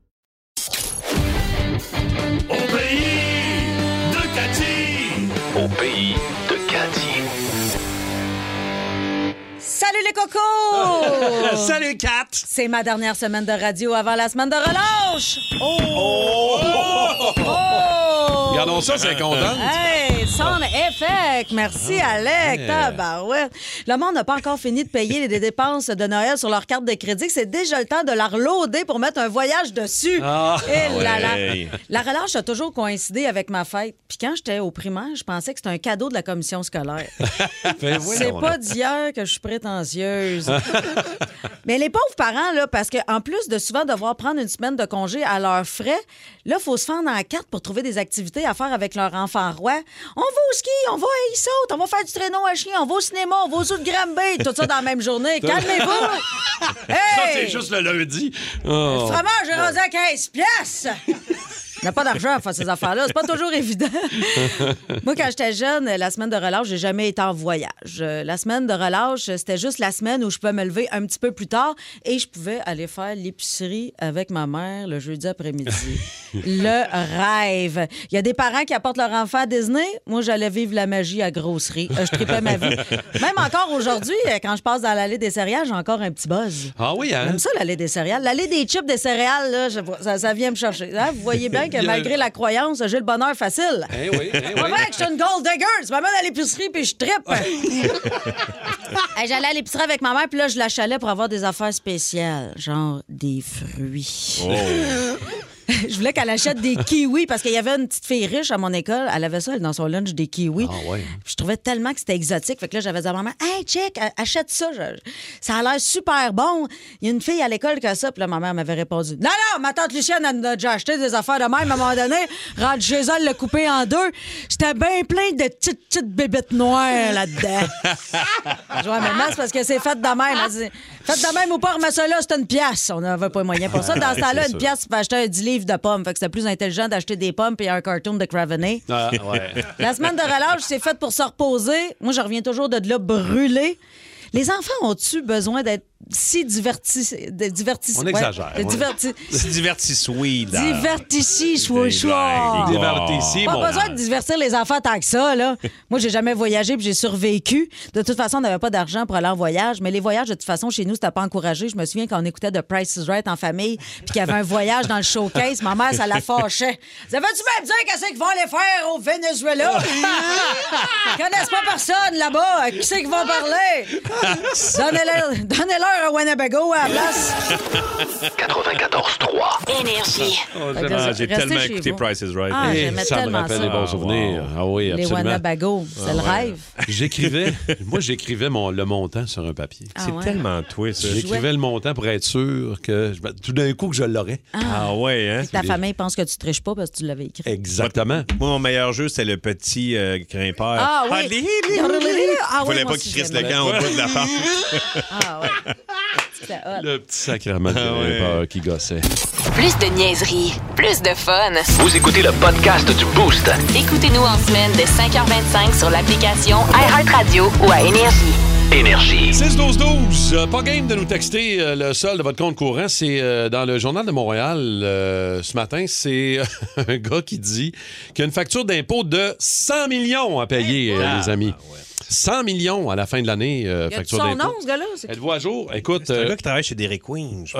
S7: Au pays de Cathy.
S5: Salut les cocos!
S4: Salut, Kat!
S5: C'est ma dernière semaine de radio avant la semaine de relâche! Oh! Oh!
S3: Regardons ça, c'est content. Ah,
S5: Hey, son effect! Merci, Alec! Tabarouette! Le monde n'a pas encore fini de payer les dépenses de Noël sur leur carte de crédit. C'est déjà le temps de la reloader pour mettre un voyage dessus.
S3: Ah,
S5: Eh là là.
S4: ouais.
S5: La relâche a toujours coïncidé avec ma fête. Puis quand j'étais au primaire, je pensais que c'était un cadeau de la commission scolaire.
S3: Ben voyons
S5: Ah, C'est
S3: donc.
S5: pas d'hier que je suis prétentieuse. Mais les pauvres parents, là, parce qu'en plus de souvent devoir prendre une semaine de congé à leurs frais, là, il faut se fendre en quatre pour trouver des activités à faire avec leur enfant roi. On va au ski, on va à Issaute, on va faire du traîneau à chien, on va au cinéma, on va au zoo de Granby, tout ça dans la même journée. Calmez-vous!
S3: Ça,
S5: Hey!
S3: c'est juste le lundi. Oh.
S5: Le fromage est rendu à 15 piastres! n'a pas d'argent à faire ces affaires-là. C'est pas toujours évident. Moi, quand j'étais jeune, la semaine de relâche, j'ai jamais été en voyage. Euh, La semaine de relâche, c'était juste la semaine où je pouvais me lever un petit peu plus tard et je pouvais aller faire l'épicerie avec ma mère le jeudi après-midi. le rêve. Il y a des parents qui apportent leur enfant à Disney. Moi, j'allais vivre la magie à grosserie. Euh, je tripais ma vie. Même encore aujourd'hui, euh, quand je passe dans l'allée des céréales, j'ai encore un petit buzz.
S3: Ah oui, hein?
S5: J'aime ça, l'allée des céréales. L'allée des chips des céréales, là, je- ça, ça vient me chercher. Hein, Vous voyez bien que
S3: Il y a-
S5: malgré la croyance, j'ai le bonheur facile.
S3: Eh oui, eh
S5: C'est pas
S3: oui.
S5: vrai que je suis une gold digger. Je m'amène à l'épicerie puis je trippe. Hey, J'allais à l'épicerie avec ma mère, puis là, je la chalais pour avoir des affaires spéciales, genre des fruits. Oh.
S1: Oh.
S5: je voulais qu'elle achète des kiwis parce qu'il y avait une petite fille riche à mon école. Elle avait ça, elle, dans son lunch, des kiwis. Je trouvais tellement que c'était exotique. Fait que là, j'avais dit à maman, hey, check, a- achète ça. Je- je- ça a l'air super bon. Il y a une fille à l'école qui a ça. Puis là, ma mère m'avait répondu, non, non, ma tante Lucienne, elle nous a déjà acheté des affaires de même. À un moment donné, rentre chez elle, l'a coupé en deux. J'étais bien plein de petites, petites bébites noires là-dedans. Je vois, maman, c'est parce que c'est fait de même. Elle dit, Fait de même ou pas, remets ça là, c'est une pièce. On n'avait pas moyen pour ça. Dans ce
S3: Ouais,
S5: temps-là,
S3: c'est
S5: une
S3: sûr.
S5: pièce, tu peux acheter un 10 livres de pommes. Fait que c'était plus intelligent d'acheter des pommes et un cartoon de Craveney.
S3: Ah, ouais.
S5: La semaine de relâche, c'est faite pour se reposer. Moi, je reviens toujours de là brûlé. Les enfants ont-tu besoin d'être si divertis... de- divertis...
S4: On
S5: ouais,
S4: exagère.
S5: de divertis...
S4: C'est divertissoui, là.
S5: Divertissi, chouchouard.
S4: Des divertissis,
S5: Pas
S4: mon
S5: besoin
S4: Dieu.
S5: de divertir les enfants tant que ça, là. Moi, j'ai jamais voyagé puis j'ai survécu. De toute façon, on n'avait pas d'argent pour aller en voyage, mais les voyages, de toute façon, chez nous, c'était pas encouragé. Je me souviens quand on écoutait The Price is Right en famille puis qu'il y avait un voyage dans le showcase, ma mère, ça la fâchait. Ça veut-tu même dire qu'est-ce qu'ils vont aller faire au Venezuela? Ils connaissent pas personne là-bas. Qui c'est qui va parler? Donnez-leur donnez-leur un Winnebago à la place.
S1: 94.3 Énergie.
S5: Fait que là,
S3: Oh, j'ai
S5: restez
S3: tellement
S5: chez
S3: écouté
S5: vous.
S3: Price is Right.
S5: Ah,
S3: Eh,
S5: j'aimais
S3: ça me
S5: tellement
S3: rappelle
S5: ça.
S3: des bons souvenirs. Ah oui,
S5: Les
S3: absolument.
S5: Wannabagos, c'est
S3: Ah
S5: le
S3: ouais.
S5: rêve.
S3: J'écrivais, moi j'écrivais mon, le montant sur un papier.
S5: Ah C'est ouais? tellement
S3: toi,
S5: ça.
S3: J'écrivais le montant pour être sûr que je- tout d'un coup que je l'aurais.
S5: Ah.
S4: ouais, hein?
S5: Ta famille pense que tu triches pas parce que tu l'avais écrit.
S4: Exactement. Moi, mon meilleur jeu, c'est le petit euh, grimpeur.
S5: Ah oui.
S4: les-
S5: Ah oui,
S4: Il fallait
S5: moi
S4: pas
S5: aussi,
S4: qu'il crisse le
S5: j'aimais.
S4: camp au bout de la
S5: Ah,
S4: porte.
S3: Le petit sacrement de grimpeur qui gossait.
S1: Plus de niaiserie, plus de fun.
S12: Vous écoutez le podcast du Boost.
S1: Écoutez-nous en semaine de 5h25 sur l'application iHeartRadio ou à Énergie.
S12: Énergie.
S3: 6-12-12. euh, pas game de nous texter euh, le sol de votre compte courant. C'est euh, dans le Journal de Montréal euh, ce matin. C'est euh, un gars qui dit qu'il y a une facture d'impôt de 100 millions à payer, euh, les amis. 100 millions à la fin de l'année, euh,
S5: Hein? Ah, Il y a
S3: facture
S5: son nom,
S3: d'impôt.
S5: ce gars-là? C'est-
S3: Elle voit à jour. Écoute. euh, C'est un gars qui
S4: travaille chez Dairy Queen.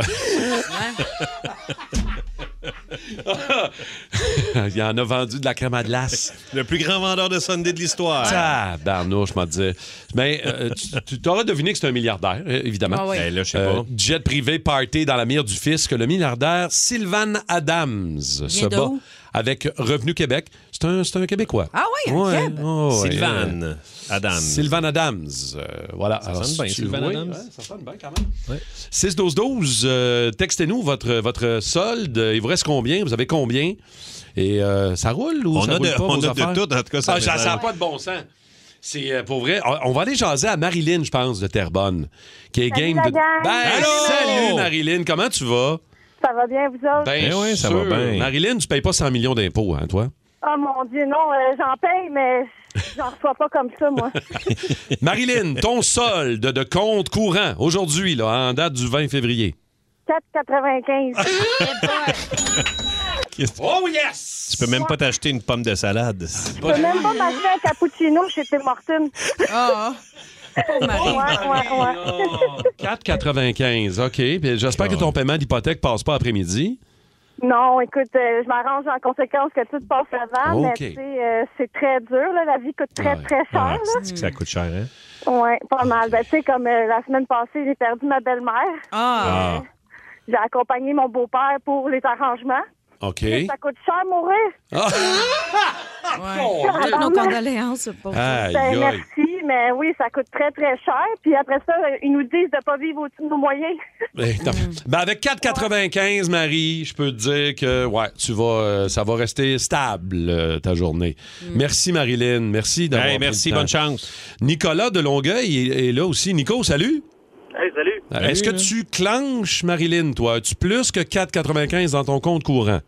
S3: Il en a vendu de la crème à glace.
S4: Le plus grand vendeur de Sunday de l'histoire.
S3: Ah, barnouche, je m'en disais. Mais euh, tu, tu aurais deviné que c'est un milliardaire, euh, évidemment. Euh,
S4: Ah oui. Ben là, je sais pas.
S3: jet privé party dans la mire du fisc. Le milliardaire Sylvan Adams se
S5: de
S3: bat
S5: où?
S3: avec Revenu Québec. C'est un, c'est un Québécois.
S5: Ah oui, un Québ.
S3: ouais.
S4: Sylvan
S3: Euh,
S4: Adams.
S3: Sylvan Adams. Euh, voilà.
S4: Ça
S3: Alors,
S4: sonne
S3: si
S4: bien,
S3: tu
S4: Sylvan
S3: le vois,
S4: Adams.
S3: ouais, ça sonne bien quand même. 6-12-12, euh, textez-nous votre, votre solde. Il vous reste combien? Vous avez combien? Et euh, ça roule ou
S4: On
S3: ça
S4: a
S3: roule
S4: de-
S3: pas,
S4: on
S3: vos
S4: a de
S3: affaires?
S4: tout, en tout cas, ça
S3: Ah, ça
S4: m'étonne.
S3: n'a pas de bon sens. C'est euh, pour vrai. On, on va aller jaser à Marilyn, je pense, de Terrebonne, qui est
S13: Salut,
S3: game de...
S13: la gang.
S3: Ben,
S13: Allô?
S3: salut Marilyn, comment tu vas?
S13: Ça va bien, vous
S4: Eh
S13: autres?
S3: Eh oui, ça va bien. Marilyn, tu payes pas 100 millions d'impôts, hein, toi?
S13: Oh mon Dieu, non, euh, j'en paye, mais j'en reçois pas comme ça, moi.
S3: Marilyn, ton solde de compte courant aujourd'hui, là, en date du 20 février.
S13: 4,95.
S3: Oh yes!
S4: Tu peux même pas t'acheter une pomme de salade.
S13: Je peux même pas m'acheter un cappuccino chez Tim Hortons. Ah!
S5: Pauvre Marie.
S13: Ouais, ouais, ouais.
S3: 4,95, OK. Puis J'espère que ton paiement d'hypothèque passe pas après-midi.
S13: Non, écoute, euh, je m'arrange en conséquence que tout passe avant, mais
S3: Ok.
S13: tu sais, euh, c'est très dur, là. La vie coûte très, très cher, là.
S4: C'est que ça coûte cher, hein?
S13: Ouais, pas mal. Ben, tu sais, comme euh, la semaine passée, j'ai perdu ma belle-mère.
S4: Ah.
S13: J'ai accompagné mon beau-père pour les arrangements.
S3: OK.
S13: Ça coûte cher mourir.
S3: Ah.
S5: Toutes nos condoléances pour
S3: Aïe,
S13: Ben,
S3: aïe.
S13: merci, mais oui, ça coûte très, très cher. Puis après ça, ils nous disent de ne pas vivre au-dessus de nos moyens.
S3: Ben, t'as- ben, avec 4,95, Marie, je peux te dire que ouais, tu vas, euh, ça va rester stable, euh, ta journée. Merci, Marilyn. Merci d'avoir
S4: Hey,
S3: pris
S4: merci,
S3: le temps.
S4: bonne chance.
S3: Nicolas de Longueuil est, est là aussi. Nico, salut.
S14: Hey, salut.
S3: Euh, Est-ce que tu clenches, Marilyn, toi? As-tu plus que 4,95 dans ton compte courant?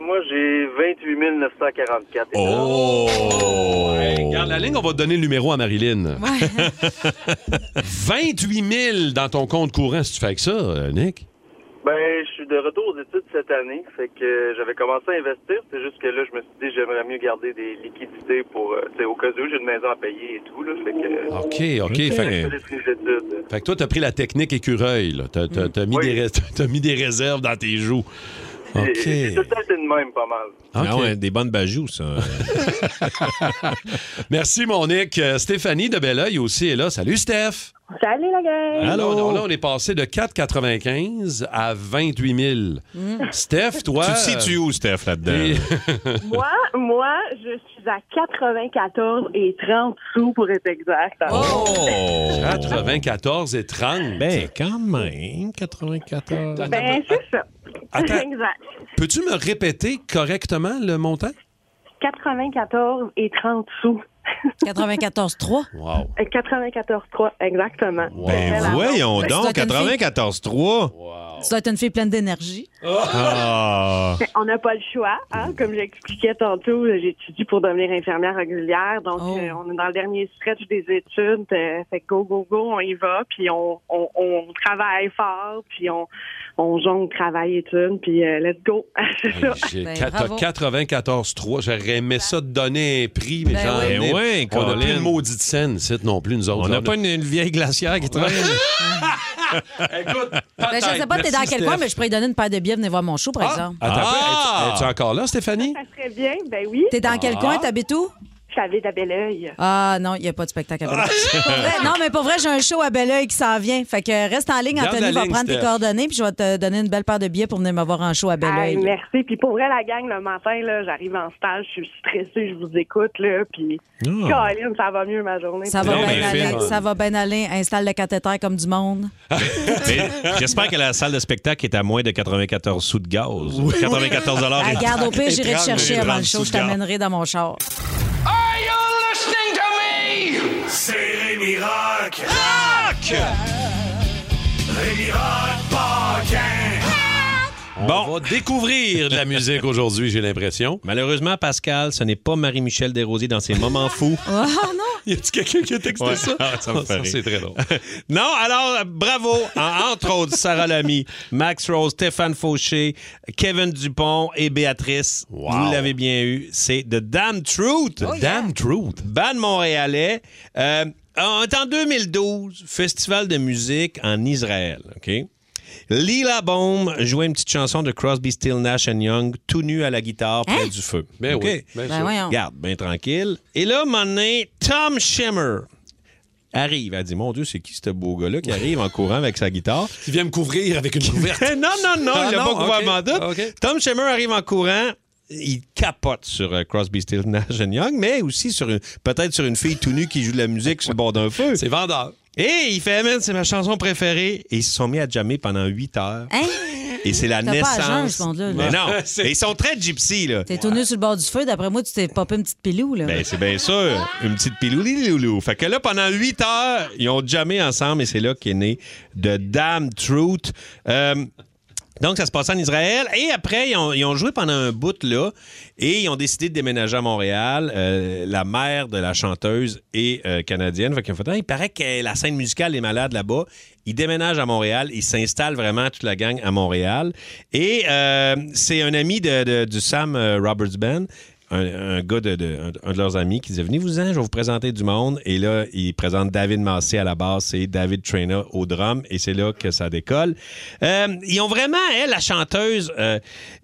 S14: Moi, j'ai 28 944.
S3: Oh! Hey, garde la ligne, on va te donner le numéro à Marilyn. 28 000 dans ton compte courant si tu fais avec ça, euh, Nick.
S14: Ben, je suis de retour aux études cette année. Fait que euh, j'avais commencé à investir. C'est juste que là, je me suis dit, j'aimerais mieux garder des liquidités pour, euh, tu sais, au cas où j'ai une maison à payer et tout, là. Fait que.
S3: OK, OK. Fait,
S14: Je fais des études.
S3: fait que toi, t'as pris la technique écureuil. là. T'as, t'as- t'as mis des rés- t'as mis des réserves dans tes joues.
S14: J'ai-
S3: OK.
S14: J'ai tout le temps été de même pas mal.
S4: Ah ouais, des bonnes bajoues, ça.
S3: Merci, mon Nick. Euh, Stéphanie de Belleuil aussi est là. Salut, Steph.
S15: Salut la gang!
S3: Alors, là, on est passé de 4,95 à 28 000.
S15: Mm.
S3: Hmm. Steph, toi.
S4: Tu te situes
S3: où, Steph, là-dedans?
S15: Moi, moi, je suis à 94 et 30 sous pour être exact.
S3: Oh! 94 et 30. Ben, quand même, 94.
S15: Ben, c'est ça.
S3: Attends.
S15: Exact.
S3: Peux-tu me répéter correctement le montant?
S15: 94 et 30 sous.
S5: 94,3.
S3: Wow.
S15: 94,3, exactement.
S4: Ben
S15: Voilà.
S4: voyons
S5: Ben, tu dois
S4: donc,
S5: être une fille.
S4: 94-3.
S5: Tu dois être une fille pleine d'énergie.
S4: Ah.
S15: Mais On n'a pas le choix, hein? comme j'expliquais tantôt, j'étudie pour devenir infirmière régulière, donc euh, on est dans le dernier stretch des études, euh, fait que go, go, go, on y va, puis on, on, on travaille fort, puis on, on jongle travail-études, puis euh, let's go, c'est ça.
S3: J'ai
S5: Ben,
S3: quatre- t'as 94,3. J'aurais aimé ça te donner un prix, mais
S15: Ben
S3: j'en
S15: oui.
S3: ai.
S4: Ben oui,
S3: on n'a plus
S4: Colin.
S3: de maudite scène, c'est non plus, nous autres.
S4: On n'a pas une, une vieille glacière qui traîne.
S3: Écoute,
S5: Ben, je sais pas, t'es dans quel coin, mais je pourrais lui donner une paire de billets, venez voir mon show, par exemple.
S3: Attends,
S4: Ah!
S3: es-tu- es-tu encore là, Stéphanie?
S15: Ça serait bien, ben oui.
S5: T'es dans quel coin, t'habites où?
S15: Je t'avais à Belleuil.
S5: Ah non, il n'y a pas de spectacle à Belleuil. Pour vrai, non, mais pour vrai, j'ai un show à Belleuil qui s'en vient. Fait que reste en ligne,
S15: Garde
S5: Anthony
S15: la
S5: va
S15: ligne,
S5: prendre tes
S15: Steph.
S5: coordonnées, puis je vais te donner une belle paire de billets pour venir me voir en show à
S15: Hey,
S5: Belleuil.
S15: merci. Puis pour vrai, la gang, le matin, là, j'arrive en stage, je suis stressée, je vous écoute, là, puis
S3: Ah.
S15: Caroline, ça va mieux ma journée.
S5: Ça va
S4: Non,
S5: bien
S4: mais
S5: aller,
S4: film.
S5: ça va bien aller. Installe le cathéter comme du monde.
S4: Mais J'espère que la salle de spectacle est à moins de 94 sous de gaz. 94 dollars. et-
S5: Ah, Regarde, au pire,
S4: et
S5: j'irai te
S4: 30,
S5: chercher avant le
S4: 30
S5: show, je
S4: sous de gaz.
S5: t'amènerai dans mon char.
S9: Are you listening to me? C'est Rémi Rock. Rock! Rémi Rock
S3: On va découvrir de la musique aujourd'hui, j'ai l'impression.
S4: Malheureusement, Pascal, ce n'est pas Marie-Michel Desrosiers dans ses moments fous.
S5: Oh non!
S3: Y a-tu quelqu'un qui a texté
S4: Ouais.
S3: ça?
S4: Ah, ça me fait rire.
S3: c'est très drôle.
S4: Non, alors, euh, bravo, en- entre autres, Sarah Lamy, Max Rose, Stéphane Fauché, Kevin Dupont et Béatrice. Vous l'avez bien eu. C'est The Damn Truth.
S3: The Damn Truth.
S4: Band montréalais. Euh, on est en 2012, festival de musique en Israël. OK? Lila Baum jouait une petite chanson de Crosby, Still, Nash and Young, tout nu à la guitare Ah,
S5: Hein?
S4: près du feu.
S3: Ben
S4: OK?
S3: oui, bien Ben sûr. voyons.
S4: Garde, bien tranquille. Et là, mon nez, Tom Shimmer arrive. Elle dit Mon Dieu, c'est qui ce beau gars-là qui arrive en courant avec sa guitare Eh,
S3: Qui vient me couvrir avec une couverte.
S4: non, non, non,
S3: Ah,
S4: il n'a pas
S3: non,
S4: couvert
S3: ok,
S4: mandat.
S3: ok.
S4: Tom Schumer arrive en courant. Il capote sur euh, Crosby, Stills, Nash and Young, mais aussi sur une- peut-être sur une fille tout nue qui joue de la musique sur le bord d'un feu.
S3: C'est vendeur.
S4: Et il fait, man, c'est ma chanson préférée. Et ils se sont mis à jammer pendant 8 heures.
S5: Hein?
S4: Et c'est la
S5: T'as pas à jeun,
S4: naissance.
S5: ce monde-là, là.
S4: Mais non, Et ils sont très gypsy, là.
S5: T'es tourné sur le bord du feu, d'après moi, tu t'es popé une petite pilou, là.
S4: Ben, c'est bien sûr. Une petite pilouli loulou. Fait que là, pendant huit heures, ils ont jamais ensemble et c'est là qu'est né The Damn Truth. Euh, donc, ça se passait en Israël. Et après, ils ont, ils ont joué pendant un bout là et ils ont décidé de déménager à Montréal. Euh, la mère de la chanteuse est euh, canadienne. Fait qu'ils ont fait, Ah, il paraît que la scène musicale est malade là-bas. Ils déménagent à Montréal. Ils s'installent vraiment toute la gang à Montréal. Et euh, c'est un ami de- de- du Sam euh, Roberts Band un, un gars de, de- un, un de leurs amis qui disait Venez vous en, je vais vous présenter du monde. Et là, il présente David Massé à la basse et David Traina au drum. Et c'est là que ça décolle. Euh, ils ont vraiment, elle, la chanteuse, euh,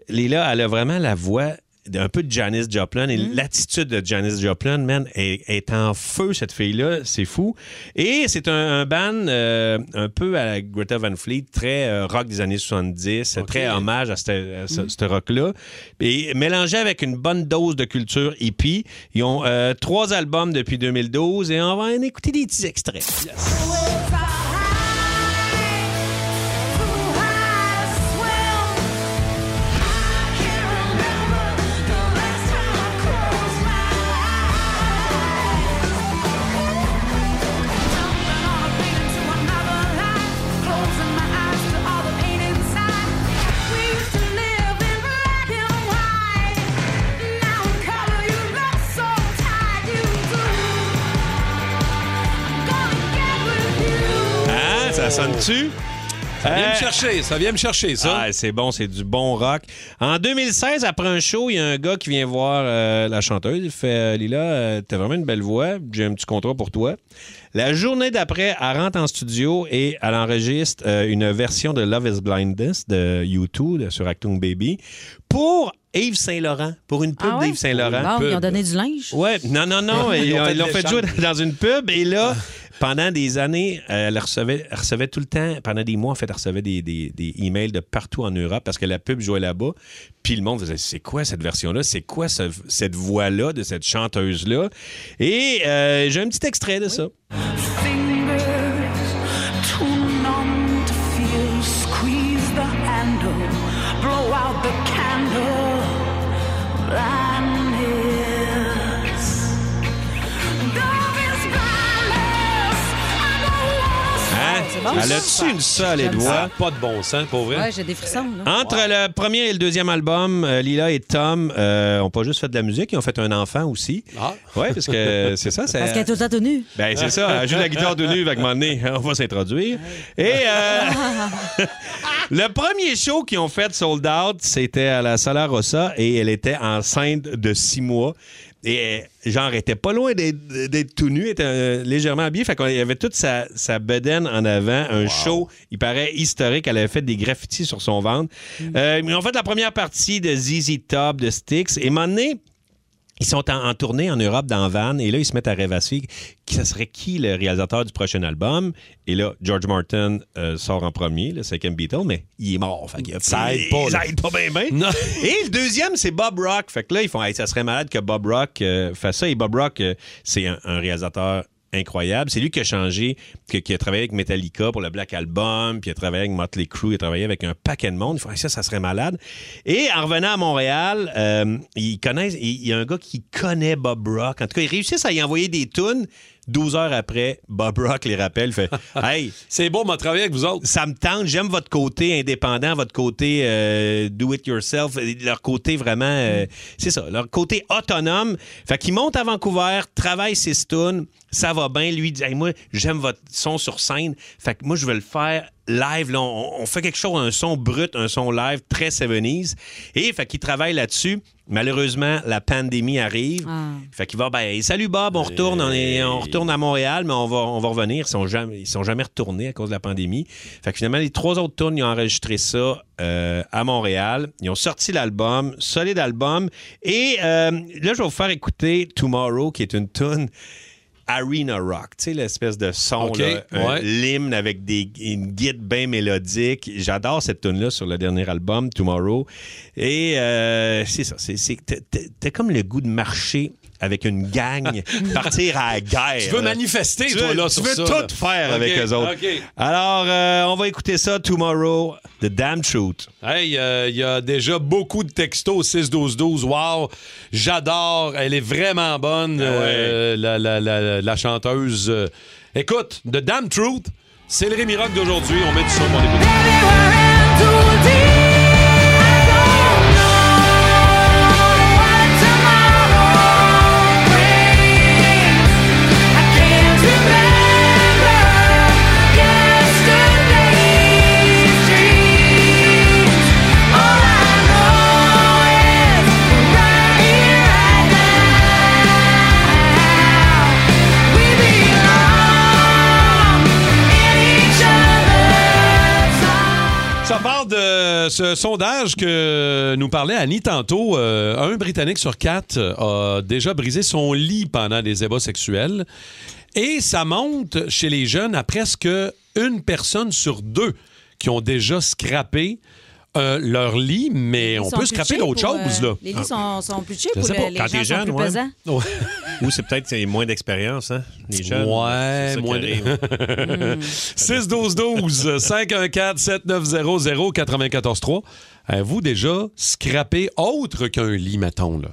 S4: Lila, elle a vraiment la voix d'un peu de Janis Joplin et l'attitude de Janis Joplin, man, est, est en feu cette fille-là, c'est fou. Et c'est un, un band euh, un peu à la Greta Van Fleet, très euh, rock des années 70, très hommage à cette- à ce, ce rock-là. Et mélangé avec une bonne dose de culture hippie, ils ont euh, trois albums depuis 2012 et on va en écouter des petits extraits.
S9: Parking.
S4: Hein? Ça sonne-tu? Euh, Ah,
S3: Ça vient me chercher, ça vient me chercher, ça.
S4: c'est bon, c'est du bon rock. En 2016, après un show, il y a un gars qui vient voir euh, la chanteuse. Il fait euh, Lila, euh, t'as vraiment une belle voix, j'ai un petit contrat pour toi. La journée d'après, elle rentre en studio et elle enregistre euh, une version de Love is Blindness de U2 de- sur Actung Baby pour Yves Saint-Laurent, pour une pub d'Yves Saint-Laurent.
S5: Ah Bon, ils ont
S4: Pub.
S5: donné du linge.
S4: Ouais, non, non, non.
S5: Ils
S4: ils
S5: ont fait
S4: ils l'ont
S5: de
S4: fait jouer
S5: l'échange.
S4: dans une pub. Et là,
S3: Ah.
S4: pendant des années, euh, elle, recevait, elle recevait tout le temps, pendant des mois, en fait, elle recevait des, des, des emails de partout en Europe parce que la pub jouait là-bas. Puis le monde faisait C'est quoi cette version-là C'est quoi ce- cette voix-là de cette chanteuse-là Et euh, j'ai un petit extrait de ça.
S9: Fingers, too numb to feel. Squeeze the handle, blow out the candle. Blindness. Love is blindness. I don't wanna
S4: Hein?
S9: bon,
S4: elle
S9: ça.
S4: a-tu une solide
S9: J'aime
S4: voix
S9: ça.
S3: Pas de bon sens, pour vrai.
S5: Ouais, j'ai des frissons. là.
S4: Entre le premier et le deuxième album, euh, Lila et Tom euh, ont pas juste fait de la musique, ils ont fait un enfant aussi.
S3: Ah.
S4: Ouais, parce que c'est ça. ça-
S5: Parce qu'elle est tout le temps tout nue.
S4: Ben, c'est ça. Elle joue de la guitare de nu, va donné, on va s'introduire. Et euh, le premier show qu'ils ont fait sold out, c'était à la Sala Rossa et elle était enceinte de six mois. Et euh, genre, elle était pas loin d'être d'être tout nu, elle était euh, légèrement habillée. Fait qu'il y avait toute sa, sa bedaine en avant, un show, il paraît historique. Elle avait fait des graffitis sur son ventre. Euh, ils ont fait la première partie de ZZ Top, de Styx. Et à un moment donné, ils sont en, en tournée en Europe dans Van et là ils se mettent à rêvasser qui ça serait qui le réalisateur du prochain album et là George Martin euh, sort en premier le second Beatle mais il est mort fait qu'il a-
S3: Ça aide pas,
S4: ça
S3: là.
S4: aide pas bien bien. et le deuxième c'est Bob Rock fait que là ils font Hey, ça serait malade que Bob Rock euh, fasse ça et Bob Rock euh, c'est un, un réalisateur incroyable c'est lui qui a changé que- qui a travaillé avec Metallica pour le Black Album puis il a travaillé avec Motley Crue il a travaillé avec un paquet de monde ils font Hey, ça ça serait malade et en revenant à Montréal, euh, ils connaissent, il il y a un gars qui connaît Bob Rock. En tout cas, ils réussissent à y envoyer des tunes. 12 heures après, Bob Rock les rappelle, fait Hey,
S3: c'est beau, m'a travaillé avec vous autres.
S4: Ça me tente, j'aime votre côté indépendant, votre côté euh, do it yourself, leur côté vraiment, euh, c'est ça, leur côté autonome. Fait qu'ils montent à Vancouver, travaillent ses tunes, ça va bien. Lui dit Hey, moi, j'aime votre son sur scène. Fait que moi, je veux le faire live. là, on, on fait quelque chose, un son brut, un son live très 70s. Et fait qu'il travaille là-dessus. Malheureusement, la pandémie arrive. Fait qu'il va, ben, salut Bob, on retourne, on, est- on retourne à Montréal, mais on va, on va revenir. Ils sont, jamais, ils sont jamais retournés à cause de la pandémie. Fait que finalement, les trois autres tournes, ils ont enregistré ça euh, à Montréal. Ils ont sorti l'album, solide album. Et euh, là, je vais vous faire écouter Tomorrow, qui est une tune Arena Rock, tu sais, l'espèce de son,
S3: OK,
S4: là, euh,
S3: ouais.
S4: l'hymne avec des, une guide bien mélodique. J'adore cette tune-là sur le dernier album, Tomorrow. Et euh, c'est ça, c'est, c'est, t'as- t'as- t'as comme le goût de marcher avec une gang, partir à la guerre.
S3: Tu veux manifester,
S4: Tu
S3: toi,
S4: veux-
S3: là,
S4: tu
S3: sur
S4: veux
S3: ça,
S4: tout
S3: là.
S4: faire avec
S3: OK,
S4: eux autres.
S3: OK.
S4: Alors, euh, on va écouter ça, Tomorrow, The Damn Truth.
S3: Hey, euh, il y a déjà beaucoup de textos 6-12-12. Wow, j'adore. Elle est vraiment
S4: Ben
S3: bonne, euh, la, la- la- la chanteuse. Euh, Écoute, The Damn Truth, c'est le Rémi Rock d'aujourd'hui. On met du son, on écoute. Ça part de ce sondage que nous parlait Annie tantôt. Euh, un Britannique sur quatre euh, a déjà brisé son lit pendant des ébats sexuels. Et ça monte chez les jeunes à presque une personne sur deux qui ont déjà scrappé euh, leur lit, mais
S5: Ils
S3: on
S5: sont
S3: peut
S5: plus
S3: scraper
S5: cheap
S3: d'autres
S5: pour,
S3: choses.
S5: euh,
S3: là. Ah.
S5: Les lits sont, sont plus cheap
S3: Je
S5: ou
S3: sais
S5: le-
S3: pas,
S5: les
S3: quand
S5: gens
S3: t'es
S5: sont
S3: jeune,
S5: plus
S3: ouais.
S5: pesants?
S4: Ou c'est peut-être c'est moins d'expérience, hein, les jeunes. C'est ça
S3: Ouais,
S4: qui
S3: moins de...
S4: arrive.
S5: Hmm.
S4: Hmm.
S3: 6 12 12 514 7900 94 3. Avez-vous déjà scrappé autre qu'un lit, mettons là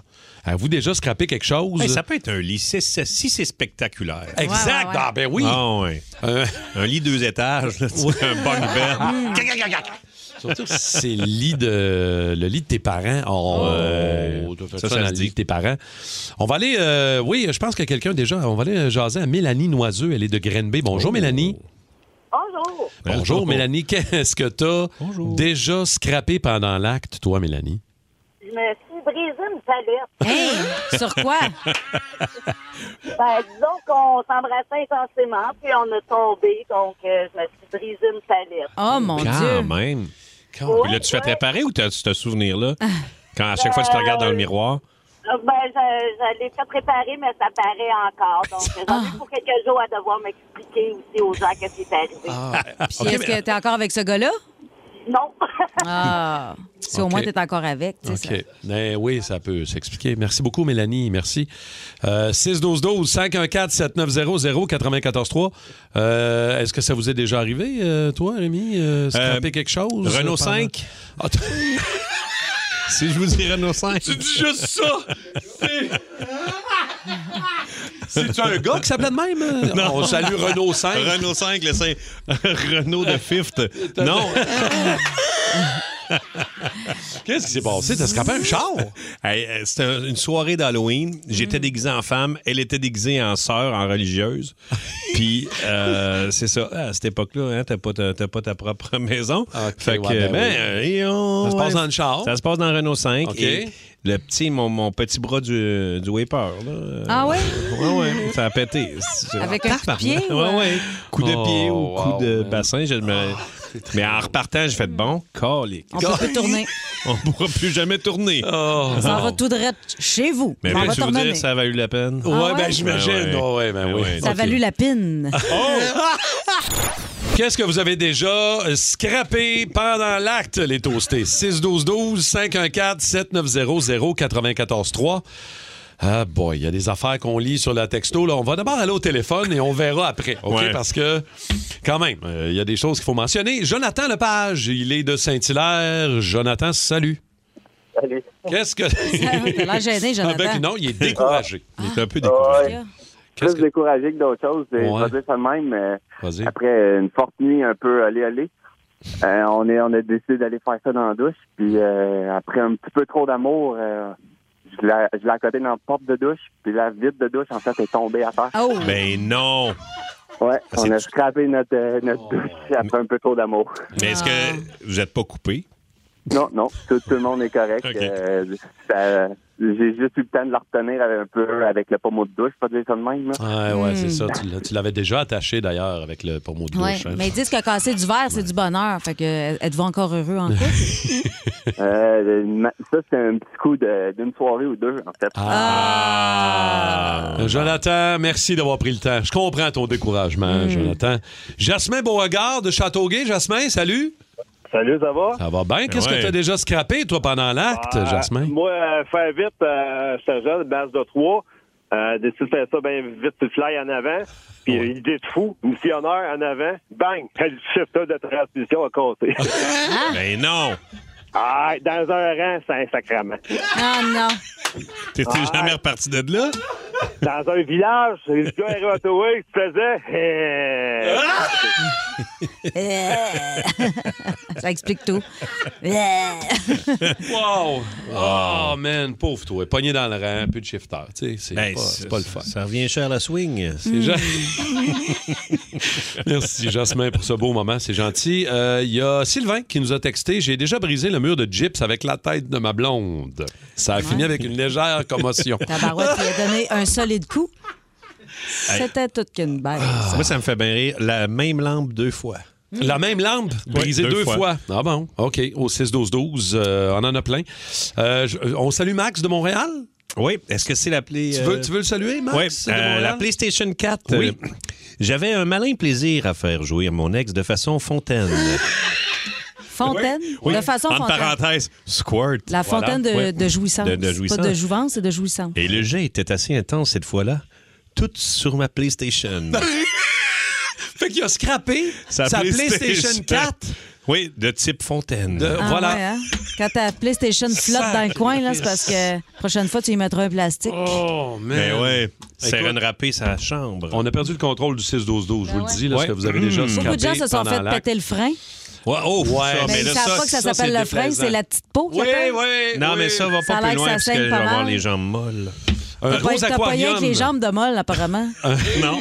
S3: Avez-vous déjà scrappé quelque chose
S4: Hey, ça peut être un lit, si c'est si c'est spectaculaire.
S3: Exact. Ouais, ouais, ouais. Ah, ben oui.
S4: Ah, ouais. Un lit deux étages, là, tu sais, un bunk bed. Gac, gac, gac, gac.
S3: Surtout si c'est le lit de le lit de tes parents. On,
S4: Oh,
S3: euh,
S4: t'as fait ça
S3: ça, ça,
S4: dans
S3: le
S4: le
S3: lit
S4: lit.
S3: de tes parents. On va aller. euh, oui, je pense que
S4: Oh,
S3: quelqu'un déjà. On va aller jaser à Mélanie Noiseux. Elle est de Grenby. Bonjour, Mélanie.
S13: Bonjour.
S3: Bonjour, Mélanie. Qu'est-ce que t'as déjà scrappé pendant l'acte, toi, Mélanie?
S16: Je me suis brisé une palette.
S5: Sur quoi?
S16: Ben, disons qu'on s'embrassait intensément, puis on a tombé, donc euh, je me suis brisé une palette.
S5: Oh
S4: Quand même.
S16: Quand-
S4: Puis L'as-tu fait réparer ou t'as ce souvenir-là? Quand à chaque fois que tu te regardes dans le miroir.
S16: Ah, Ben, je, je l'ai fait préparer, mais ça paraît encore. Donc,
S5: Ah.
S16: j'en ai pour quelques jours à devoir m'expliquer aussi aux gens que c'est arrivé.
S5: Ah.
S3: Ah.
S5: Puis est-ce que t'es encore avec ce gars-là?
S16: Non.
S5: Ah. Si au
S3: OK.
S5: moins t'es encore avec, tu sais. ça-
S3: OK. Ben oui, ça peut s'expliquer. Merci beaucoup, Mélanie. Merci. Euh, 612-12-514-7900-943. Euh, Est-ce que ça vous est déjà arrivé, euh, toi, Rémi, euh, scraper
S4: Euh,
S3: quelque chose?
S4: Renault
S3: euh, pendant-
S4: 5?
S3: Ah, t-
S4: Si je vous dis Renault 5.
S3: Tu dis juste ça! C'est-tu un gars qui s'appelait de même? euh? On salue Renault 5.
S4: Renault 5, le 5. Renault de Fifth. non.
S3: Qu'est-ce qui s'est passé? T'as scrapé un char?
S4: Hey, euh, C'était un- une soirée d'Halloween. J'étais déguisé en femme. Elle était déguisée en sœur, en religieuse. Puis, euh, c'est ça. À cette époque-là, hein, t'as pas, ta- t'as pas ta propre maison. fait que,
S3: ouais, ben
S4: ben,
S3: oui.
S4: euh, et on-
S3: Ça se passe
S4: ouais,
S3: dans le char.
S4: Ça se passe dans le Renault 5.
S3: OK.
S4: Et le petit, mon, mon petit bras du, du wiper, là. euh,
S5: Ah ouais?
S4: Ouais, ouais, ça a pété. C'est-
S5: Avec un coup de pied,
S4: Ouais,
S5: ou, euh?
S4: ouais. Coup de pied ou
S3: Oh,
S4: coup
S3: wow, Ah,
S4: de bassin. je me- Mais en repartant, j'ai fait bon, calique.
S5: On peut plus tourner.
S4: On pourra plus jamais tourner.
S3: Oh. Ah.
S5: On s'en va tout droit chez vous.
S4: Mais
S5: On
S4: là,
S5: va
S4: je vous
S5: t'emmener.
S4: dire, ça a valu la peine.
S5: Ah Ouais, ouais? ben,
S3: j'imagine. Ah ouais, ben oui.
S5: Ça a valu la pine.
S3: Oh! Qu'est-ce que vous avez déjà euh, scrappé pendant l'acte, les toastés? 612-12-514-7900-943. Ah boy, il y a des affaires qu'on lit sur la texto. Là. On va d'abord aller au téléphone et on verra après. OK?
S4: Ouais.
S3: Parce que, quand même, euh, il y a des choses qu'il faut mentionner. Jonathan Lepage, il est de Saint-Hilaire. Jonathan, salut.
S17: Salut.
S3: Qu'est-ce que...
S5: t'as l'air gêné, Jonathan.
S3: Ah ben, non, il est découragé. Il est un peu
S17: découragé. Ah. Plus découragé que d'autres choses. Je vais dire ça de même. euh, Après une forte nuit un peu allez allez, on, est, on a décidé d'aller faire ça dans la douche. Puis euh, après un petit peu trop d'amour, euh, je l'ai je l'ai accoté dans la porte de douche. Puis la vitre de douche, en fait, est tombée à terre.
S4: Mais non!
S17: Ouais, on a scrappé notre, euh, notre douche après un peu trop d'amour.
S4: Mais est-ce que
S5: Ah.
S4: vous n'êtes pas coupé?
S17: Non, non, tout, tout le monde est correct. Euh, ça- J'ai juste eu le temps de la retenir avec- un peu avec le pommeau de douche, pas dire ça de même. là.
S3: Ouais, ouais, c'est
S5: Hmm.
S3: ça. Tu l'as- Tu l'avais déjà attaché d'ailleurs avec le pommeau de
S5: Ouais.
S3: douche. hein.
S5: Mais ils disent que casser du verre, c'est du bonheur. Fait que êtes-vous encore heureux en couple?
S17: Euh, ma- ça, c'est un petit coup de- d'une soirée ou deux, en fait.
S3: Ah.
S4: Ah!
S3: Euh, Jonathan, merci d'avoir pris le temps. Je comprends ton
S4: Hmm.
S3: découragement, Jonathan. Jasmin Beauregard de Châteauguay. Jasmin, salut.
S18: Salut, ça va?
S3: Ça
S4: Ben
S3: va bien. Hein, Qu'est-ce
S18: Ouais.
S3: que tu as déjà scrappé, toi, pendant l'acte,
S18: Ah,
S3: Jasmin?
S18: Moi, euh, faire vite, euh, je te jure, base de 3. Euh, décide de faire ça bien vite, tu fly en avant. Puis euh, idée de fou, missionnaire en avant, bang, le shifter de transmission a compté.
S4: Mais non!
S18: ah, dans un rang, c'est un sacrement.
S5: Ah non.
S4: T'es t'es jamais reparti de là?
S18: Ah, Dans un village, le gars est retourné, tu faisais. eh.
S3: Ah!
S5: ça explique tout.
S3: wow! Oh, man, pauvre toi. Pogné dans le rang, plus de shifter. Tu sais, c'est
S4: Ben,
S3: pas,
S4: c'est-
S3: c'est pas le fun.
S4: Ça revient cher la swing. Hmm.
S3: C'est gen- Merci, Jasmin, pour ce beau moment. C'est gentil. Euh, Il y a Sylvain qui nous a texté J'ai déjà brisé le mur de gyps avec la tête de ma blonde. Ça a fini avec une légère commotion.
S5: Ta barouette lui a donné un solide coup. C'était toute qu'une baisse.
S4: Moi, ça me fait bien rire. La même lampe deux fois.
S3: La même lampe brisée deux, fois. Ah bon? OK. Au 6-12-12, euh, on en a plein. Euh, je- on salue Max de Montréal?
S4: Oui. Est-ce que c'est l'appelé.
S3: Tu
S4: euh,
S3: veux, tu veux le saluer, Max? de
S4: Ouais, euh,
S3: Montréal?
S4: la PlayStation 4. euh, J'avais un malin plaisir à faire jouir mon ex de façon fontaine.
S5: Fontaine?
S4: Oui,
S5: De façon
S4: entre
S5: fontaine.
S4: parenthèses, squirt.
S5: La fontaine de,
S4: Voilà.
S5: de jouissance.
S4: De, de jouissance.
S5: Pas de jouvence, c'est de jouissance.
S4: Et le jet était assez intense cette fois-là. Tout sur ma PlayStation.
S3: fait qu'il a scrappé
S4: sa,
S5: sa PlayStation 4.
S4: Oui, de type fontaine.
S5: Ah ouais, hein? Quand ta PlayStation flotte dans le coin, là, c'est parce que prochaine fois, tu y mettras un plastique.
S3: Oh, man.
S4: Mais Ben ouais, c'est
S3: Écoute,
S4: renrapé sa chambre.
S3: On a perdu le contrôle du 6-12-12, je vous le dis, là, ce
S4: Ouais.
S3: que vous avez déjà
S4: Mmh.
S3: scrappé
S5: Ah, Beaucoup de gens se sont
S3: pendant
S5: fait
S3: l'acte.
S5: péter le frein.
S4: Ouais, oh,
S3: Ouais,
S4: ça,
S3: mais
S5: mais ils
S3: là,
S5: ne savent
S3: ça,
S5: pas que ça,
S3: ça,
S5: s'appelle
S3: c'est
S5: le frein,
S3: déplaisant.
S5: c'est la petite peau.
S3: Oui, oui.
S4: Non, mais ça va
S5: Ça a
S4: pas
S5: l'air
S4: plus
S5: que
S4: loin
S5: ça
S4: parce que je
S5: saigne
S4: vais
S5: pas
S4: avoir
S5: mal.
S4: les jambes molles. Euh,
S5: T'as
S3: Un
S5: pas-
S3: gros
S5: t'as pas rien
S3: aquarium.
S5: avec les jambes de molle, apparemment.
S3: non.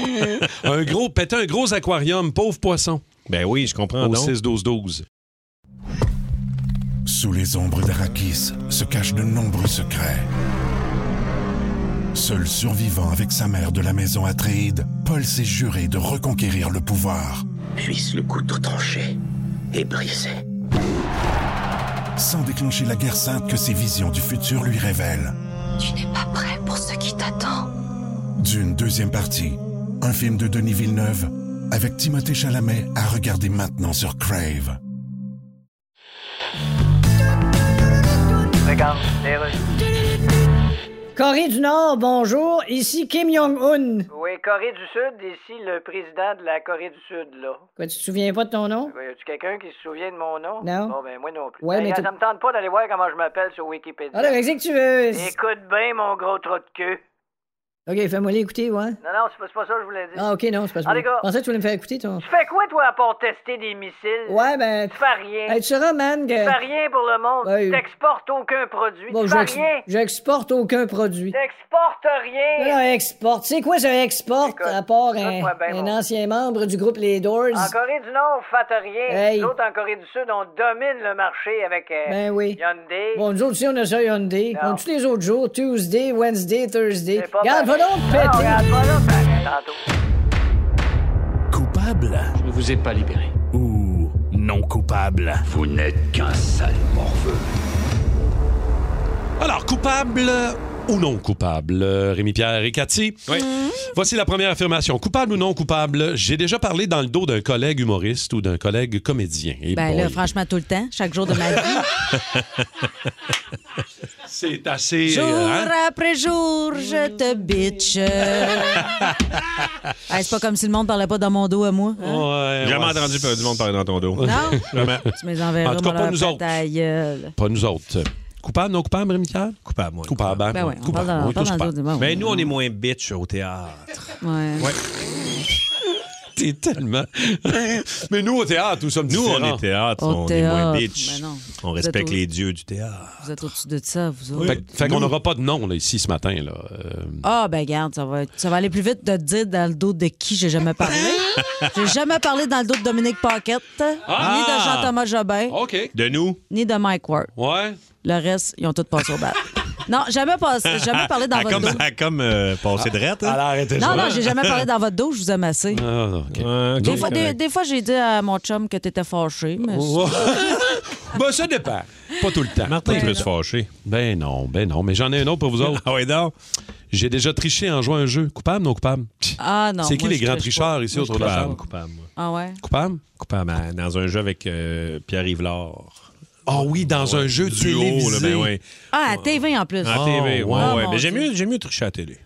S3: un gros, péter un gros aquarium, pauvre poisson.
S4: Ben oui, je comprends.
S3: Au
S4: donc.
S3: 6-12-12.
S11: Sous les ombres d'Arakis se cachent de nombreux secrets. Seul survivant avec sa mère de la maison Atréide, Paul s'est juré de reconquérir le pouvoir.
S12: Puisse le couteau tranché et brisé.
S11: sans déclencher la guerre sainte que ses visions du futur lui révèlent.
S9: Tu n'es pas prêt pour ce qui t'attend.
S11: D'une deuxième partie, un film de Denis Villeneuve avec Timothée Chalamet à regarder maintenant sur Crave.
S2: Regarde,
S6: Corée du Nord, bonjour. Ici Kim Jong-un.
S2: Oui, Corée du Sud, ici le président de la Corée du Sud, là.
S6: Quoi, tu te souviens pas de ton nom?
S2: Oui, y a-tu quelqu'un qui se souvient de mon nom?
S6: Non.
S2: Bon, ben, moi non plus.
S6: Ouais,
S2: Ben,
S6: mais
S2: regarde,
S6: t'as-
S2: ça me tente pas d'aller voir comment je m'appelle sur Wikipédia.
S6: Alors, vas-y que tu veux.
S2: Écoute bien, mon gros trou de queue.
S6: OK, fais-moi l'écouter, ouais.
S2: Non, non, c'est pas- c'est pas ça que je voulais dire.
S6: Ah, OK, non, c'est pas ça.
S2: Ah, les gars.
S6: Je pensais que tu voulais me faire écouter ton.
S2: Tu fais quoi, toi, à part tester des missiles?
S6: Ouais, ben.
S2: Tu fais rien.
S6: Hey, tu sauras, man, que.
S2: Tu fais rien pour le monde.
S6: Ouais.
S2: Tu t'exportes aucun produit.
S6: Bon,
S2: tu fais
S6: j'ex-
S2: rien.
S6: j'exporte aucun produit.
S2: T'exportes rien.
S6: Non, non, exporte. C'est quoi ça exporte à part un,
S2: écoute-moi bien,
S6: un
S2: mon-
S6: ancien membre du groupe Les Doors?
S2: En Corée du Nord, vous faites rien.
S6: Hey.
S2: Nous autres, en Corée du Sud, on domine le marché avec euh,
S6: Ben oui.
S2: Hyundai.
S6: Bon, nous autres aussi, on a ça Hyundai. Comme tous les autres jours, Tuesday, Wednesday, Thursday. Regarde, va
S2: pareil.
S6: donc
S2: Non,
S6: péter!
S2: regarde, va donc, pareil, tantôt.
S12: Coupable Je ne vous ai pas libéré. Ou non coupable Vous n'êtes qu'un sale morveux.
S3: Alors, coupable ou non coupable, euh, Rémi Pierre et Cathy. Voici la première affirmation. Coupable ou non coupable, j'ai déjà parlé dans le dos d'un collègue humoriste ou d'un collègue comédien. Et
S5: Ben là,
S3: boy.
S5: franchement, tout le temps, chaque jour de ma vie.
S3: C'est assez.
S5: jour
S3: euh, hein?
S5: après jour, je te bitch. Ah, c'est pas comme si le monde parlait pas dans mon dos à moi. hein?
S3: Ouais,
S4: Jamais
S3: ouais.
S4: entendu pas du monde parler dans ton dos.
S5: Non?
S4: Jamais.
S5: Tu me les enverras,
S3: En tout cas,
S5: me
S3: pas
S5: leur
S3: nous
S5: faire
S3: autres.
S5: ta gueule.
S3: Pas nous autres. Coupable, non coupable, Rémi Pierre?
S4: Coupable, moi.
S3: Coupable. hein?
S5: Ben ouais, on
S3: coupable.
S5: parle dans- on
S3: est
S5: parle dans le
S3: tous coupables.
S5: dos du monde.
S4: Mais nous, on est moins bitch au théâtre.
S5: Ouais.
S4: Ouais.
S3: T'es tellement. Mais nous, au théâtre, nous sommes
S4: Nous, on
S3: différents.
S4: est théâtre,
S5: Au
S4: on est moins
S5: théâtre,
S4: bitch.
S5: ben non.
S4: On
S5: Vous
S4: respecte
S5: êtes au-
S4: les dieux du théâtre.
S5: Vous êtes au-dessus de ça, vous autres.
S3: Fait, fait qu'on n'aura pas de nom là, ici ce matin. Là. Euh,
S5: Ah, ben garde, ça va, être- ça va aller plus vite de te dire dans le dos de qui j'ai jamais parlé. j'ai jamais parlé dans le dos de Dominique Paquette, ni de
S4: Ah!
S5: Jean-Thomas Jobin,
S4: De nous?
S5: ni de Mike Ward.
S3: Ouais.
S5: Le reste, ils ont tous passé au bat. non, jamais, pas- jamais parlé dans
S4: Ah,
S5: votre
S4: comme,
S5: dos.
S4: ah, comme euh, passer de rette.
S3: Elle a arrêté
S5: Non, non, j'ai jamais parlé dans votre dos, je vous aime assez.
S3: Ah, non, OK.
S5: Des fois, des, des fois, j'ai dit à mon chum que t'étais fâché, mais
S4: Oh,
S3: Ouais.
S4: Bah,
S3: ben, ça dépend. Pas tout le temps.
S4: Martin est plus fâché.
S3: Ben non, ben non. Mais j'en ai un autre pour vous autres.
S4: Ah ouais, non.
S3: J'ai déjà triché en jouant à un jeu. Coupable, non coupable?
S5: Ah non.
S3: C'est qui
S5: moi,
S3: les
S5: je
S3: grands
S5: triche
S3: tricheurs
S5: pas.
S3: ici
S5: Moi,
S3: autour
S5: je
S3: de la
S5: triche
S3: table?
S5: pas.
S4: Coupable, moi.
S5: Ah ouais.
S3: Coupable?
S4: Coupable, hein, dans un jeu avec euh, Pierre-Yves Lard.
S3: Ah oui, dans un jeu
S4: Duo, là,
S3: télévisé.
S4: ben ouais.
S5: Ah, à TV en plus.
S4: En TV, ouais,
S5: Ah,
S4: ouais.
S5: mon
S4: Mais j'aime
S5: Dieu.
S4: mieux, j'aime mieux tricher à la télé.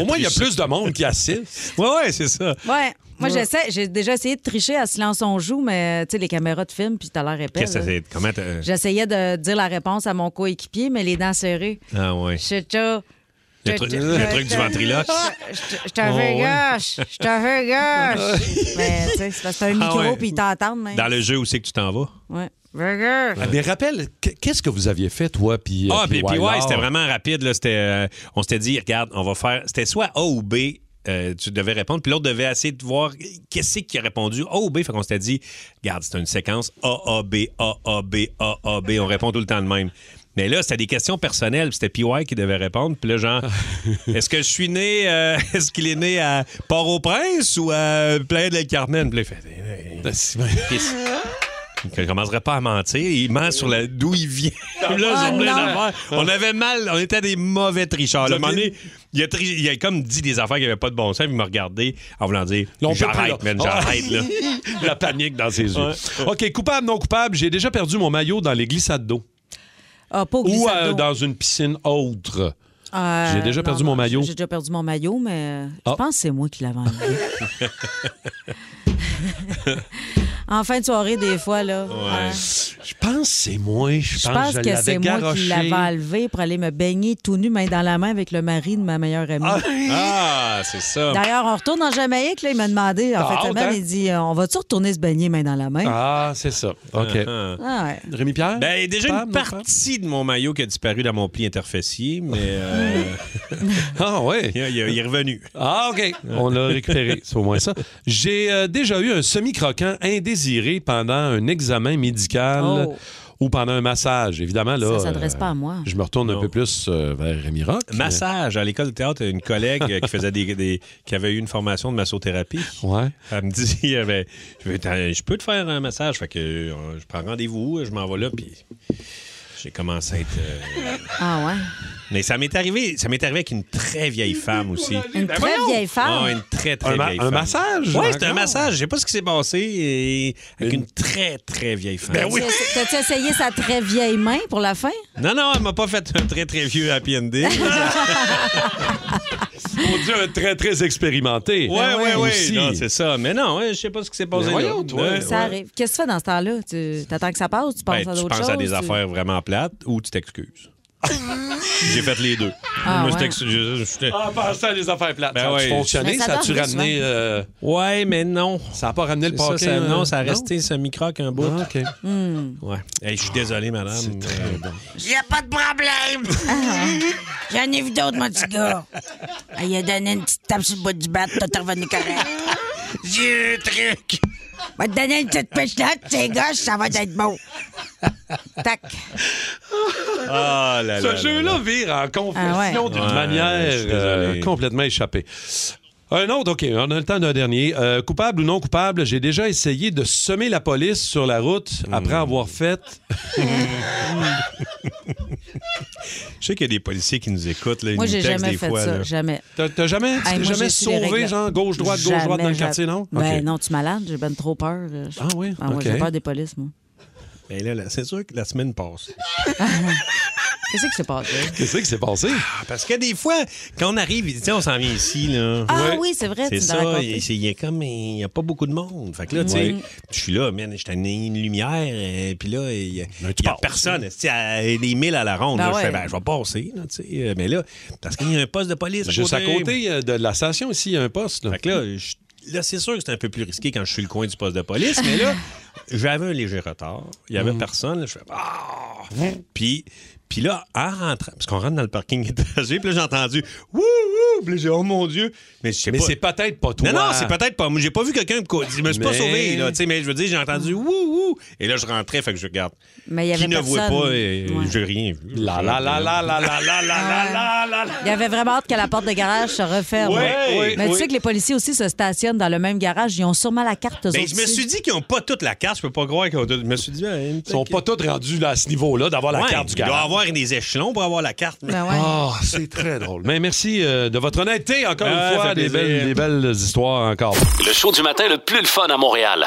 S3: Au moins, il y a plus de monde qui assiste.
S4: Ouais, ouais, c'est ça.
S5: Ouais. Moi, j'essaie. J'ai déjà essayé de tricher à Silence on joue, mais tu sais, les caméras de film, puis t'as l'air épais.
S4: Qu'est-ce que
S5: là.
S4: c'est? Comment t'as-
S5: J'essayais de dire la réponse à mon coéquipier, mais les dents serrées.
S4: Ah ouais.
S5: Chucha.
S4: Le truc- le truc du ventriloque.
S5: Je te fais
S4: Oh, ouais.
S5: gauche, je te fais gauche. Mais tu sais, c'est parce que t'as un
S4: Ah,
S5: micro
S4: ouais.
S5: puis ils t'entendent même.
S4: Dans le jeu où c'est que tu t'en vas?
S5: Ouais. Fais gauche.
S3: Ah, Mais rappelle, qu- qu'est-ce que vous aviez fait, toi, puis. euh,
S4: Ah, puis, puis ouais,
S3: Lard?
S4: c'était vraiment rapide. Là, C'était, euh, on s'était dit, regarde, on va faire. C'était soit A ou B. euh, tu devais répondre, puis l'autre devait essayer de voir qu'est-ce qui a répondu A ou B. Fait qu'on s'était dit, regarde, c'est une séquence A, A, B, A, A, B, A, A, B. On répond tout le temps de même. Mais là, c'était des questions personnelles, puis c'était PY qui devait répondre. Puis là, genre, est-ce que je suis né, euh, est-ce qu'il est né à Port-au-Prince ou à Playa del Carmen? Puis là, il fait, Eh, eh, qu'est-ce- il commencerait pas à mentir. Il ment sur la- d'où il vient.
S3: Ah,
S4: Là, sur plein
S5: non.
S4: d'affaires. On avait mal. On était des mauvais tricheurs. Le
S3: Vous
S4: moment
S3: avez-
S4: donné, il a, tri- il a comme dit des affaires qui n'avaient pas de bon sens. puis Il m'a regardé en voulant dire
S3: Là, on peut
S4: J'arrête,
S3: plus, là.
S4: man,
S3: Ah.
S4: j'arrête. là.
S3: La panique dans ses yeux.
S4: Ouais.
S3: OK, coupable, non coupable, j'ai déjà perdu mon maillot dans les glissades d'eau
S5: Ah, pas au
S3: ou
S5: glissade
S3: euh,
S5: d'eau.
S3: dans une piscine autre.
S5: Euh,
S3: J'ai déjà
S5: non,
S3: perdu
S5: non,
S3: mon maillot.
S5: J'ai j'ai déjà perdu mon maillot, mais euh,
S3: Ah.
S5: je pense que c'est moi qui l'avais enlevé. en fin de soirée, des fois, là.
S3: Ouais. Je pense que c'est moi. Je
S5: Je
S3: pense,
S5: pense
S3: que je
S5: que
S3: l'avais
S5: c'est moi qui
S3: garoché.
S5: l'avais enlevé pour aller me baigner tout nu, main dans la main, avec le mari de ma meilleure amie.
S4: Ah, c'est ça.
S5: D'ailleurs, on retourne en Jamaïque. Là, il m'a demandé, en
S3: T'as
S5: fait,
S3: hâte,
S5: semaine,
S3: hein?
S5: il dit euh, On va-tu retourner se baigner main dans la main
S3: Ah, c'est ça. OK.
S5: Ah ouais.
S3: Rémi Pierre?
S4: Ben, il y a déjà une partie de mon maillot qui a disparu dans mon pli interfessier, mais. euh,
S3: ah, ouais.
S4: Il, il- il est revenu.
S3: Ah, OK. On l'a récupéré, c'est au moins ça. J'ai euh, déjà eu un semi-croquant indésiré pendant un examen médical
S5: Oh.
S3: ou pendant un massage. Évidemment, là.
S5: Ça s'adresse
S3: euh,
S5: pas à moi.
S3: Je me retourne un peu plus euh, vers Rémi Rock.
S4: Massage. À l'école de théâtre, une collègue euh, qui faisait des, des- qui avait eu une formation de massothérapie.
S3: Ouais.
S4: Elle me dit euh, ben, je, veux- t'as- je peux te faire un massage. Fait que euh, je prends rendez-vous, je m'en vais là, puis j'ai commencé à être. euh,
S5: Ah ouais.
S4: Mais ça m'est arrivé, ça m'est arrivé avec une très vieille femme aussi.
S5: Une très vieille femme.
S4: ben Ah, une très, très
S3: Un ma-
S4: vieille
S3: un
S4: femme.
S3: massage,
S4: Oui, c'était un
S3: encore?
S4: massage. Je sais pas ce qui s'est passé. et- Avec une... très, très vieille femme.
S3: Ben
S5: T'as-tu essa- T'as-tu essayé sa très vieille main pour la fin?
S4: Non, non, elle m'a pas fait un très, très vieux happy ending.
S3: Mon Dieu, un très, très expérimenté.
S4: Ouais,
S5: Ben
S4: ouais, ouais.
S3: Aussi.
S4: Non, c'est ça. Mais non, ouais, je sais pas ce qui s'est passé.
S3: Mais
S4: là.
S3: voyons, toi.
S4: Ouais,
S5: ça
S4: ouais.
S5: arrive. Qu'est-ce que tu fais dans ce temps-là? Tu attends que ça passe? Tu penses à
S4: Ben, tu
S5: d'autres
S4: penses
S5: choses?
S4: à des
S5: tu-
S4: affaires vraiment plates ou tu t'excuses. J'ai fait les deux.
S5: Ah,
S4: Moi, je
S5: ouais.
S4: t'excuse- je- je- je-
S3: Ah, pensez à des affaires plates.
S4: Ben
S3: ça a
S4: ouais.
S3: fonctionné?
S4: Mais ça
S3: Ça a-tu
S4: arrive
S3: ramené.
S4: souvent.
S3: euh,
S4: Ouais, mais non.
S3: Ça n'a pas ramené le
S4: C'est ça,
S3: paquet?
S4: ça-
S3: euh,
S4: non, ça a resté semi-croque un bout.
S3: Ah, OK. Ah,
S5: Hmm.
S4: Ouais. Hey, je suis désolé, madame. euh, C'est très bon.
S19: Y a pas de problème!
S5: Ah.
S19: J'en ai vu d'autres, mon petit gars. Ah, Il a donné une petite tape sur le bout du bat, t'as revenu correct. J'ai un truc! Va te donner une petite pêche note, c'est gauche, ça va être beau. Tac.
S4: Ah là là
S3: Ce jeu-là vire en confession
S19: Ah ouais.
S3: d'une
S4: Ouais,
S3: manière
S4: je suis
S3: euh,
S4: désolé.
S3: complètement échappée. Un autre, OK, on a le temps d'un dernier. Euh, coupable ou non coupable, j'ai déjà essayé de semer la police sur la route après avoir fait.
S4: Je sais qu'il y a des policiers qui nous écoutent. Là, ils
S5: Moi,
S4: nous
S5: j'ai
S4: textent
S5: jamais
S4: des
S5: fait
S4: fois,
S5: ça.
S4: là.
S5: Jamais.
S3: T'as t'as jamais, tu
S5: Hey,
S3: t'es
S5: moi,
S3: jamais
S5: je suis des
S3: sauvé,
S5: règles.
S3: genre gauche, droite, gauche,
S5: Jamais,
S3: droite dans le
S5: jamais.
S3: quartier, non?
S5: Ben
S3: OK.
S5: non, tu es malade, j'ai ben trop peur. Je-
S3: Ah oui?
S5: Ah ouais,
S3: OK.
S5: J'ai peur des polices, moi.
S4: Mais Ben là, là, c'est sûr que la semaine passe.
S5: Qu'est-ce qui s'est passé?
S3: Qu'est-ce qui s'est passé?
S4: Ah, parce que des fois, quand on arrive, tu sais, on s'en vient ici, là.
S5: Ah oui, c'est vrai, tu
S4: C'est
S5: nous as
S4: ça,
S5: raconté.
S4: il il y a comme, il n'y a pas beaucoup de monde. Fait que là, tu
S5: Ouais.
S4: sais, je suis là, man, je t'ai mis une lumière, et puis là, il n'y a, il y a personne.
S3: hein.
S4: Tu sais, à- des mille à la ronde,
S3: Ben
S4: là, je fais,
S3: ouais.
S4: ben, je vais passer, là, tu sais. Euh, Mais là, parce qu'il y a un poste de police.
S3: Ben, juste à côté, euh, de la station ici, il y a un poste. Là.
S4: Fait que là, je- là, c'est sûr que c'est un peu plus risqué quand je suis le coin du poste de police, mais là, j'avais un léger retard. Il n'y
S3: Mm.
S4: avait personne. là, je fais Ah! Puis, puis là, en rentrant, parce qu'on rentre dans le parking étagé, puis là, j'ai entendu Wouh, wouh! Puis là, j'ai Oh mon Dieu! Mais je sais
S3: Mais
S4: pas.
S3: c'est peut-être pas toi.
S4: Non, non, c'est peut-être pas. Moi, j'ai pas vu quelqu'un me cou- Je me suis pas
S3: Mais-
S4: sauvé, là. Tu sais, mais je veux dire, j'ai entendu Wouh, wouh! Et là, je rentrais, fait que je regarde.
S5: Mais il y avait
S4: Qui ne voit
S5: personne.
S4: pas, et
S5: Ouais.
S4: j'ai rien vu.
S3: La, la, la, la, la, la, la, la,
S4: Ah,
S3: la, la, la.
S5: Il y avait vraiment hâte que la porte de garage se referme.
S4: Ouais, ouais,
S5: Mais tu
S4: ouais.
S5: sais que les policiers aussi se stationnent dans le même garage. Ils ont sûrement la carte. eux
S4: Ben,
S5: autres
S4: je me
S5: aussi.
S4: suis dit qu'ils n'ont pas toute la carte. Je peux pas croire qu'ils ont. tout- Je me suis dit. ah, Ils
S3: sont pas tous rendus à ce niveau-là d'avoir la
S4: Ouais,
S3: carte du
S4: Il doit
S3: garage.
S4: avoir des échelons pour avoir la carte.
S5: Ben ouais.
S3: Ah, c'est très drôle. Mais merci euh, de votre honnêteté, encore
S4: Ah,
S3: une fois.
S4: ça fait
S3: Des
S4: plaisir.
S3: belles, des belles histoires encore.
S12: Le show du matin le plus le fun à Montréal.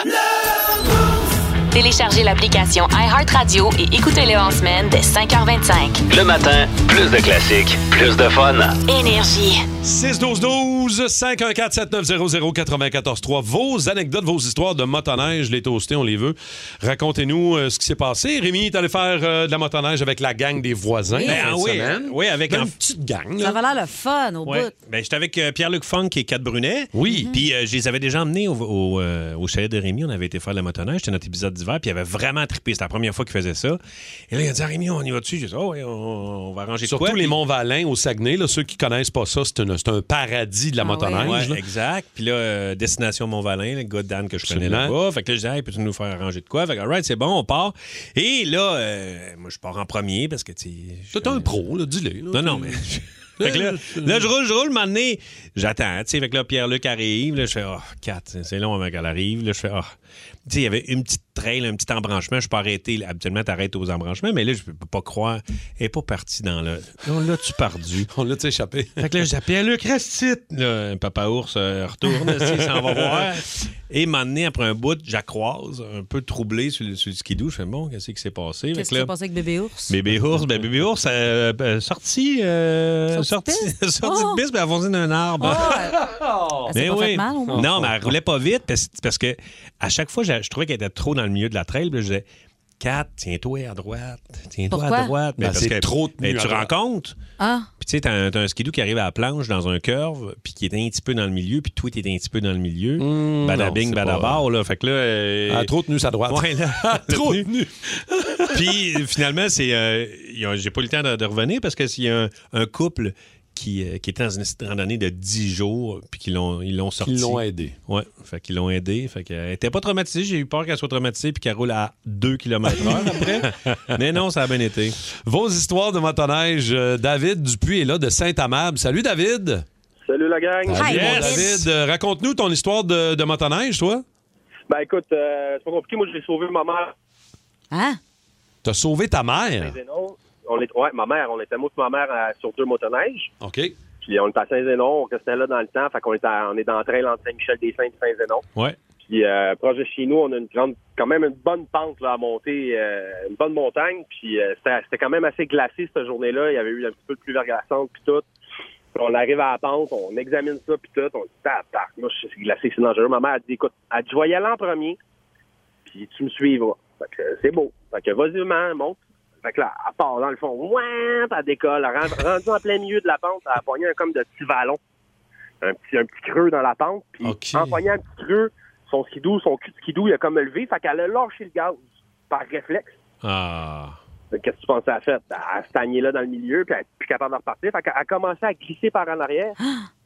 S1: Téléchargez l'application iHeartRadio et écoutez-le en semaine dès 5h25.
S12: Le matin, plus de classiques, plus de fun.
S1: Énergie.
S3: 6-12-12, 514-7900-943. Vos anecdotes, vos histoires de motoneige, les toastés, on les veut. Racontez-nous euh, ce qui s'est passé. Rémi est allé faire euh, de la motoneige avec la gang des voisins.
S4: Ben,
S3: la fin de
S4: oui,
S3: semaine.
S4: oui, avec
S3: Ben,
S4: un-
S3: une petite gang.
S5: Ça
S3: là.
S5: va l'air le fun au
S4: Ouais.
S5: bout.
S4: Ben, j'étais avec euh, Pierre-Luc Funk et Kat Brunet.
S3: Oui.
S4: Puis euh, je les avais déjà emmenés au, au, euh, au chalet de Rémi. On avait été faire de la motoneige. C'était notre épisode d'hiver. Puis il avait vraiment trippé. C'était la première fois qu'il faisait ça. Et là, il a dit ah, Rémi, on y va dessus. J'ai dit Oh, ouais, on, on va arranger de
S3: Surtout
S4: quoi.
S3: les Monts-Valin au Saguenay, là, ceux qui connaissent pas ça, c'est une- c'est un paradis de la motoneige.
S4: Ah Ouais,
S3: là.
S4: exact. Puis là, euh, destination Mont-Valin, le gars de Dan que je connais
S3: Absolument.
S4: là-bas. Fait que là, je dis, hey, peux-tu nous faire arranger de quoi? Fait que, all right, c'est bon, on part. Et là, euh, moi, je pars en premier parce que, tu sais, je-
S3: C'est un pro, là, dis-le. là.
S4: Non, non, mais. Fait que là, là, je roule, je roule, m'amener. J'attends, tu sais. Fait que là, Pierre-Luc arrive. Là, je fais, oh, 4, c'est long avant qu'elle arrive. Là, je fais, oh. Tu sais, il y avait une petite trail, un petit embranchement. Je suis pas arrêté. là. Habituellement, t'arrêtes aux embranchements, mais là, je peux pas croire. Elle est pas partie dans le. On l'a-tu perdu?
S3: On l'a-tu échappé?
S4: Fait que là, je dis à Pierre-Luc, reste ici. Là, Papa ours euh, retourne, tu sais, ça, on va voir. Et m'amener après un bout, j'accroise, un peu troublé sur le, sur le skidoo. Je fais, bon, qu'est-ce qui s'est passé? Fait
S5: Qu'est-ce
S4: que
S5: qui
S4: là,
S5: s'est passé avec bébé ours?
S4: Bébé ours, ben bébé ours, euh, euh, sorti, euh, sorti, sorti de piste, ben avancé d'un arbre.
S3: Oh.
S5: Elle Oh! s'est
S4: Mais
S5: pas
S4: oui.
S5: faite mal, au moins?
S4: Non, mais elle roulait pas vite parce, parce que à chaque fois, je, je trouvais qu'elle était trop dans le milieu de la trail. puis là, je disais, Kat, tiens-toi à droite, tiens-toi
S5: Pourquoi?
S4: à droite.
S3: Ben, c'est trop tenu
S4: mais
S3: à
S4: tu
S3: droite.
S4: rencontres.
S5: Ah,
S4: Puis tu sais, t'as un, t'as un skidoo qui arrive à la planche dans un curve, puis qui est un petit peu dans le milieu, puis toi, t'es un petit peu dans le milieu.
S3: Hmm, non,
S4: Badabing,
S3: c'est pas-
S4: badabar, là. Fait que là. euh,
S3: Elle a trop tenu sa droite.
S4: Ouais, là, elle a
S3: Trop
S4: tenu. Puis finalement, c'est, euh, ils ont- j'ai pas eu le temps de, de revenir parce que s'il y a un, un couple qui, euh, qui était dans une randonnée de 10 jours, puis qu'ils l'ont, ils l'ont sorti.
S3: Ils l'ont aidé.
S4: Ouais, fait qu'ils l'ont aidé. Fait qu'elle était pas traumatisée. J'ai eu peur qu'elle soit traumatisée puis qu'elle roule à 2 km heure après. Mais non, ça a bien été.
S3: Vos histoires de motoneige. euh, David Dupuis est là de Saint-Amable. Salut, David.
S20: Salut la gang.
S3: Salut, mon David. Euh, Raconte-nous ton histoire de, de motoneige, toi.
S20: Ben écoute, euh, c'est pas compliqué. Moi, j'ai sauvé ma mère.
S5: Hein?
S3: T'as sauvé ta mère.
S20: Saint-Zénon. On est, ouais, ma mère. On était moi et ma mère euh, sur deux motoneiges.
S3: OK.
S20: Puis on était à Saint-Zénon. On restait là dans le temps. Fait qu'on est, à- on est dans le trail entre Saint-Michel-des-Saints et Saint-Zénon.
S4: Ouais.
S20: Puis euh, proche de chez nous, on a une grande, quand même une bonne pente là, à monter, euh, une bonne montagne. Puis euh, c'était c'était quand même assez glacé cette journée-là. Il y avait eu un petit peu de pluie verglaçante puis tout. Puis on arrive à la pente, on examine ça puis tout. On dit tabarnak, moi c'est glacé, c'est dangereux. Maman elle dit écoute, elle dit, je vais y aller en premier. Puis tu me suivras. Fait que euh, c'est beau. Fait que vas-y maman, monte. Fait que là, elle part dans le fond, ouin, elle décolle, Elle rend- rendue en plein milieu de la pente, elle a poigné un comme de petit vallon, un petit, un petit creux dans la pente, puis en poignant un petit creux, son skidou, son cul de skidou, il a comme levé, fait qu'elle a lâché le gaz par réflexe.
S4: Ah.
S20: Fait que Qu'est-ce que tu pensais à faire? Ben, Elle se tagnait là dans le milieu, puis elle n'est plus capable de repartir. Fait qu'elle a commencé à glisser par en arrière.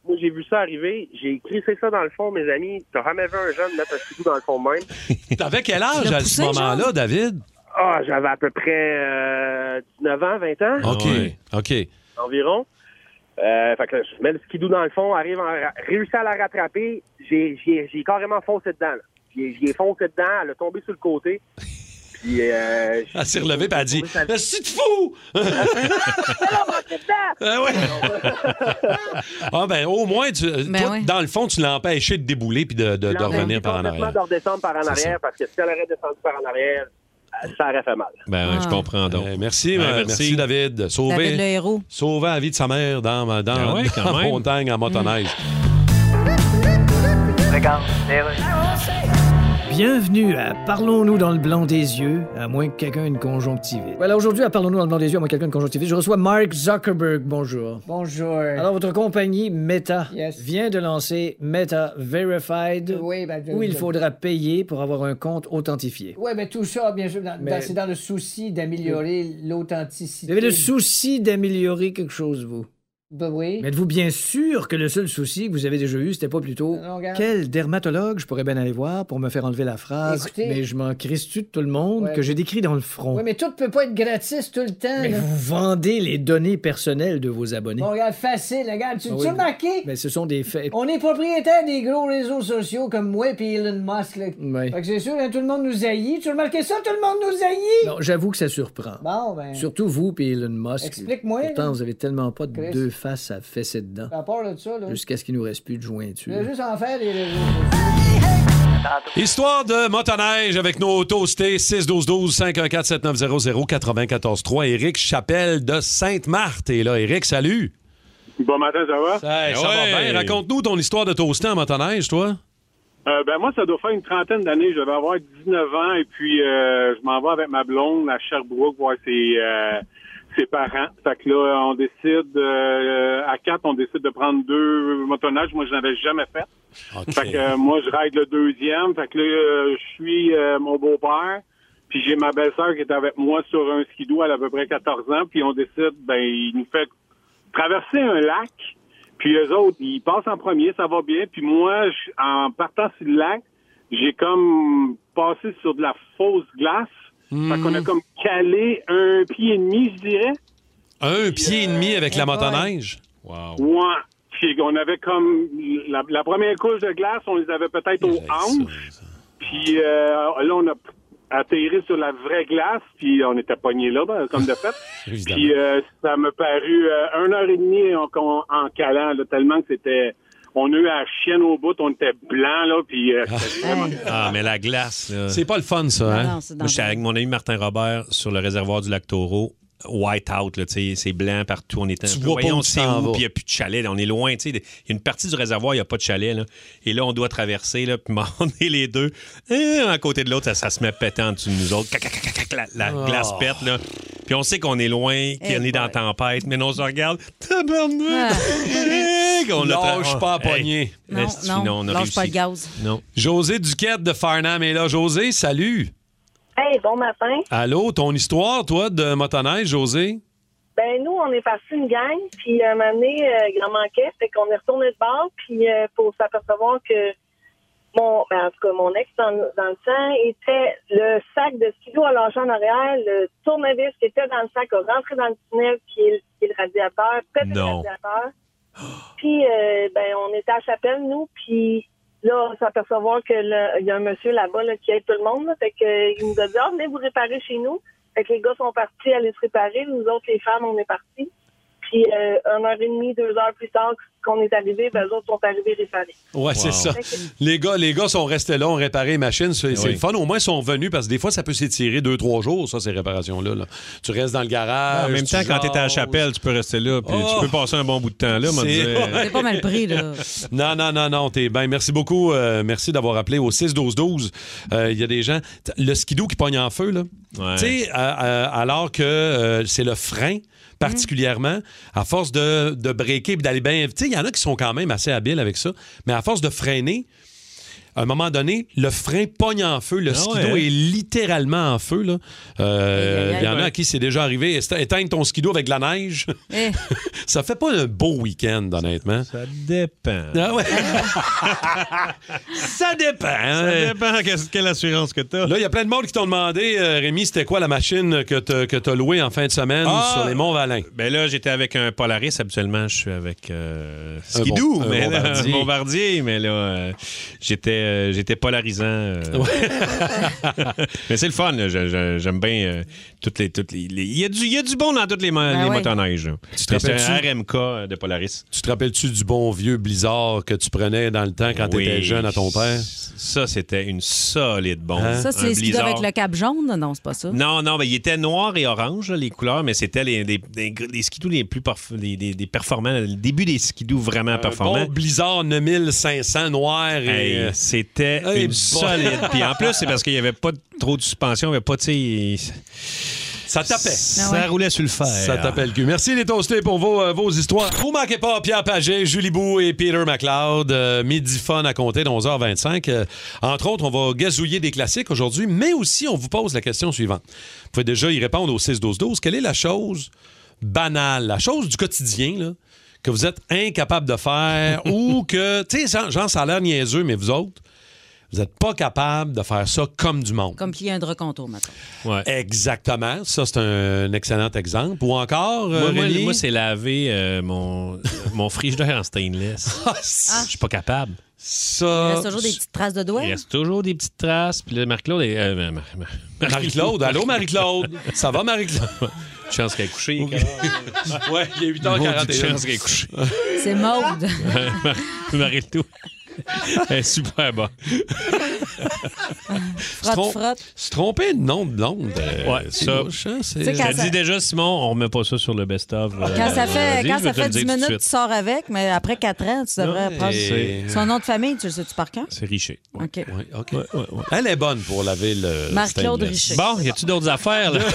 S20: Moi, j'ai vu ça arriver. J'ai glissé ça dans le fond, mes amis. T'as jamais vu un jeune mettre un skidou dans le fond de même?
S3: T'avais quel âge
S20: l'as
S3: à ce
S20: poussé,
S3: moment-là,
S20: genre?
S3: David?
S20: Ah, j'avais à peu près euh, 19 ans, 20 ans.
S3: OK. OK.
S20: environ. Euh, fait que là, je mets le skidou dans le fond, arrive en, réussis à la rattraper. J'ai, j'ai, j'ai carrément foncé dedans. là. J'ai, j'ai foncé dedans, elle a tombé sur le côté. Puis, euh,
S3: Elle s'est relevée et elle a dit Si tu fou Ah ouais. Ah ben au moins tu, toi,
S20: ouais.
S3: dans le fond tu l'as empêché de débouler puis de, de- de
S20: j'ai
S3: revenir par en
S20: complètement
S3: arrière.
S20: de redescendre par en
S3: C'est
S20: arrière
S3: ça.
S20: parce que si elle aurait descendu par en arrière, euh, ça aurait fait mal.
S4: Ben ouais, je comprends donc.
S3: merci,
S4: Ben,
S3: euh, merci,
S4: merci.
S3: David. Sauver,
S5: David le héros.
S3: sauver la vie de sa mère dans, dans,
S4: Ah ouais, quand
S3: dans la
S4: même.
S3: montagne en motoneige.
S21: Bienvenue à Parlons-nous dans le blanc des yeux, à moins que quelqu'un ait une conjonctivite.
S6: Voilà, aujourd'hui, à parlons-nous dans le blanc des yeux, à moins quelqu'un de conjonctivite.
S21: Je reçois Mark Zuckerberg, bonjour.
S6: Bonjour.
S21: Alors, votre compagnie Meta
S6: Yes.
S21: vient de lancer Meta Verified,
S6: Oui, ben, je-
S21: où il
S6: je-
S21: faudra payer pour avoir un compte authentifié.
S6: Oui, mais tout ça, bien sûr, dans-
S21: Mais-
S6: dans- c'est dans le souci d'améliorer l'authenticité.
S21: Vous avez le souci d'améliorer quelque chose, vous.
S6: Ben oui.
S21: Mais êtes-vous bien sûr que le seul souci que vous avez déjà eu, c'était pas plutôt
S6: Non, regarde.
S21: quel dermatologue je pourrais bien aller voir pour me faire enlever la phrase
S6: Écoutez.
S21: Mais je m'en crisse-tu de tout le monde
S6: Ouais.
S21: que j'ai décrit dans le front.
S6: Oui, mais tout peut pas être gratis tout le temps.
S21: Mais
S6: là.
S21: vous vendez les données personnelles de vos abonnés.
S6: Bon, regarde, facile, regarde. Tu
S21: Hein? Ah
S6: as
S21: oui, oui.
S6: remarqué?
S21: Mais ce sont des faits.
S6: On est propriétaire des gros réseaux sociaux comme moi et Elon Musk. là.
S21: Ouais.
S6: Fait que c'est sûr, hein, tout le monde nous haït. Tu as remarqué ça? Tout le monde nous haït!
S21: Non, j'avoue que ça surprend.
S6: Bon, ben.
S21: Surtout vous puis Elon Musk.
S6: Explique-moi, là.
S21: Pourtant, vous avez tellement pas de
S6: Chris.
S21: deux faces à fesser dedans.
S6: À part de ça, là.
S21: Jusqu'à ce qu'il nous reste plus de
S6: Je
S21: jointure.
S6: vais juste en faire les réseaux.
S3: Histoire de motoneige avec nos toastés 612-12-514-7900-943. Éric Chapelle de Sainte-Marthe est là. Éric, salut.
S22: Bon matin, ça va?
S3: Hey, ça va bien. Raconte-nous ton histoire de toasté en motoneige, toi.
S22: Euh, ben moi, ça doit faire une trentaine d'années. Je devais avoir 19 ans et puis euh, je m'en vais avec ma blonde à Sherbrooke voir ses, euh, ses parents. Fait que là, on décide, euh, à quatre, on décide de prendre deux motoneiges. Moi, je n'avais jamais fait. Fait que euh, moi, je ride le deuxième. Fait que là, euh, je suis euh, mon beau-père. Puis j'ai ma belle-sœur qui est avec moi sur un skidoo. Elle a à peu près 14 ans. Puis on décide, ben, il nous fait traverser un lac. Puis les autres, ils passent en premier, ça va bien. Puis moi, je- en partant sur le lac, j'ai comme passé sur de la fausse glace. Fait qu'on a comme calé un pied et demi, je dirais.
S3: Un pied et
S4: euh,
S3: demi avec la
S22: eh boy.
S3: motoneige. Wow.
S22: Ouais. Puis on avait comme la, la première couche de glace, on les avait peut-être aux hanches. Puis euh, là, on a atterri sur la vraie glace, puis on était pogné là, ben, comme de fait. puis euh, ça me parut euh, une heure et demie en, en- en calant, là, tellement que c'était On a eu à la chienne au bout, on était blanc là, puis euh, c'était vraiment-
S4: Ah, mais la glace, là.
S3: C'est pas le fun, ça,
S4: hein?
S3: hein? non, c'est
S4: Moi, j'étais avec mon ami Martin Robert sur le réservoir du lac Taureau. White out, là, tu sais, c'est blanc partout. On est un
S3: Tu
S4: peu,
S3: vois pas
S4: voyons,
S3: où tu
S4: c'est
S3: t'en vas.
S4: où, puis il n'y a plus de chalet. là, on est loin, tu sais. Il y a une partie du réservoir, il n'y a pas de chalet, là. Et là, on doit traverser, là, puis on est les deux. Et un à côté de l'autre, ça, ça se met pétant en dessous de nous autres. Cac, cac, cac, cac, cac, la la
S3: Oh.
S4: glace pète, là. Puis on sait qu'on est loin,
S3: Eh
S4: qu'on est dans la tempête, mais on se regarde. Tabarnak! On l'a tra-
S3: Lâche pas à
S4: Hey.
S3: pogner.
S4: Non, Esti, non, non, on a lâche réussi. pas le
S5: gaz.
S4: Non.
S3: José Duquette de Farnham est là. José, salut.
S13: Hey, bon matin.
S3: Allô, ton histoire, toi, de motoneige, José?
S13: Ben nous, on est parti une gang, puis à un moment donné, euh, il en manquait, fait qu'on est retourné de bord, puis euh, pour s'apercevoir que mon, ben, en tout cas, mon ex dans, dans le temps était le sac de stylo à lâcher en arrière, le tournevis qui était dans le sac a rentré dans le tunnel, qui est, le- qui est le radiateur, pété le
S8: Non.
S13: radiateur. Puis euh, ben on était à Chapelle nous, puis là on s'apercevoir que le- il y a un monsieur là-bas là, qui aide tout le monde, là, fait que euh, il nous a dit Ah, venez vous réparer chez nous. Fait que les gars sont partis aller se réparer, nous autres les femmes on est partis. Puis euh, une heure et demie, deux heures plus tard qu'on est arrivés, ben, les autres sont arrivés réparer.
S3: Ouais, c'est ça.
S13: Fait que- Eh
S3: Les gars, les gars sont restés là, ont réparé les machines. C'est c'est
S4: Oui.
S3: le fun. Au moins, ils sont venus parce que des fois, ça peut s'étirer deux, trois jours, ça, ces réparations-là. là. Tu restes dans le garage.
S4: en même temps, quand t'es à la chapelle, tu peux rester là, puis
S3: Oh!
S4: tu peux passer un bon bout de temps là, me dire.
S5: C'est pas mal pris, là.
S3: Non, non, non, non, t'es bien. Merci beaucoup. euh, merci d'avoir appelé au 6-12-12. Euh, Il y a des gens. t- Le skidoo qui pogne en feu, là. Tu sais, à- à- alors que euh, c'est le frein, particulièrement, à force de, de breaker puis d'aller bien. Tu sais, il y en a qui sont quand même assez habiles avec ça, mais à force de freiner. À un moment donné, le frein pogne en feu. Le
S4: Ah
S3: skidoo
S4: ouais, hein?
S3: est littéralement en feu. là. Euh,
S4: Aïe, aïe, aïe.
S3: Il y en a à qui c'est déjà arrivé. Éte- Éteindre ton skidoo avec de la neige. ça fait pas un beau week-end, honnêtement.
S4: Ça dépend.
S3: Ah ouais. Ah ça dépend. hein.
S4: Ça dépend qu'est-ce- quelle assurance que t'as.
S3: Là, il y a plein de monde qui t'ont demandé, euh, Rémi, c'était quoi la machine que t'as que as louée en fin de semaine
S4: Ah!
S3: sur les Monts-Valin?
S4: Ben là, j'étais avec un Polaris. Habituellement, je suis avec euh,
S3: Un
S4: Skidoo,
S3: bon- un
S4: mais là,
S3: bombardier.
S4: un bombardier, mais là, euh, j'étais, euh, j'étais polarisant. euh. mais c'est le fun. là. Je- je- j'aime bien euh, toutes les, toutes les, les- Il y a du, il y a du bon dans toutes les, mo-
S3: Ben
S4: les
S3: ouais.
S4: motoneiges. là.
S3: Tu te
S4: Mais c'est un
S3: rappelles-tu-
S4: RMK euh, de Polaris.
S3: Tu te rappelles-tu du bon vieux blizzard que tu prenais dans le temps quand
S4: Oui.
S3: t'étais jeune Hein? à ton père?
S4: Ça, c'était une solide bombe.
S5: Ça, c'est
S4: Un
S5: ce qu'il doit
S4: blizzard.
S5: avec le cap jaune? Non, c'est pas ça.
S4: Non, non, mais il était noir et orange, là, les couleurs, mais c'était les, les, les, les skidoo les plus perf- les, les- les performants, le début des skidoo vraiment performants.
S3: Bon blizzard 9500 noir et... euh,
S4: Hey, c'était
S3: Hey,
S4: une
S3: boy.
S4: solide. Puis en plus, c'est parce qu'il n'y avait pas de- trop de suspension, il n'y avait pas, tu sais.
S3: Ça tapait.
S4: Ça
S3: Ah ouais.
S4: roulait sur le fer.
S3: Ça tapait le cul. Merci les toastés pour vos, euh, vos histoires. Vous manquez pas Pierre Paget, Julie Bou et Peter McLeod. Euh, midi fun à compter de 11h25. Euh, entre autres, on va gazouiller des classiques aujourd'hui, mais aussi on vous pose la question suivante. Vous pouvez déjà y répondre au 6-12-12. Quelle est la chose banale, la chose du quotidien là, que vous êtes incapable de faire ou que, tu sais, genre- genre ça a l'air niaiseux, mais vous autres, vous n'êtes pas capable de faire ça comme du monde.
S5: Comme plier un drap contour, maintenant.
S3: Exactement. Ça, c'est un excellent exemple. Ou encore, euh,
S4: Moi, moi,
S3: Rémi?
S4: moi, c'est laver euh, mon, mon frigidaire en stainless.
S3: Ah,
S5: Ah,
S4: Je suis pas capable.
S3: Ça.
S5: Il reste toujours des petites traces de doigts.
S4: Il reste toujours des petites traces. Puis là, Marie-Claude est. euh, euh, Mar- Mar-
S3: Marie-Claude. Allô, Marie-Claude? Ça va, Marie-Claude?
S4: Chance qu'elle est couchée.
S3: ouais, il est 8h41.
S4: Maudite chance qu'elle est couchée.
S5: C'est maude.
S4: Marie-Claude. Elle est super bonne.
S3: Se trom- Se tromper de nom de l'onde.
S4: Ouais, ça.
S5: Tu sais,
S4: Je
S5: quand
S4: te
S5: ça-
S4: dis déjà, Simon, on remet pas ça sur le best-of. euh,
S5: Quand ça fait,
S4: vendredi,
S5: quand
S4: je
S5: ça
S4: vais te le
S5: fait 10
S4: dire tout de
S5: minutes,
S4: suite.
S5: tu sors avec, mais après 4 ans, tu devrais
S4: Non,
S5: prendre
S4: et-
S5: son nom de famille. Tu le sais-tu par cœur?
S4: C'est Richer.
S5: OK.
S3: Ouais, OK. Elle est bonne pour la ville. euh,
S5: Marc-Claude
S3: stainless.
S5: Richer.
S4: Bon, y a-tu d'autres affaires, là?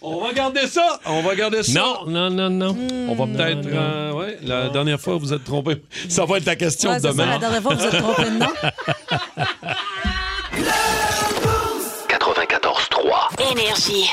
S3: On va garder ça. On va garder ça.
S4: Non, non, non, non.
S5: Hmm.
S3: On va peut-être. euh, ouais, la dernière fois, vous êtes trompé. Ça va être la question
S5: Ouais,
S3: de
S5: c'est ça,
S3: demain.
S5: la dernière fois, vous êtes trompé de nom.
S1: 94.3. Énergie.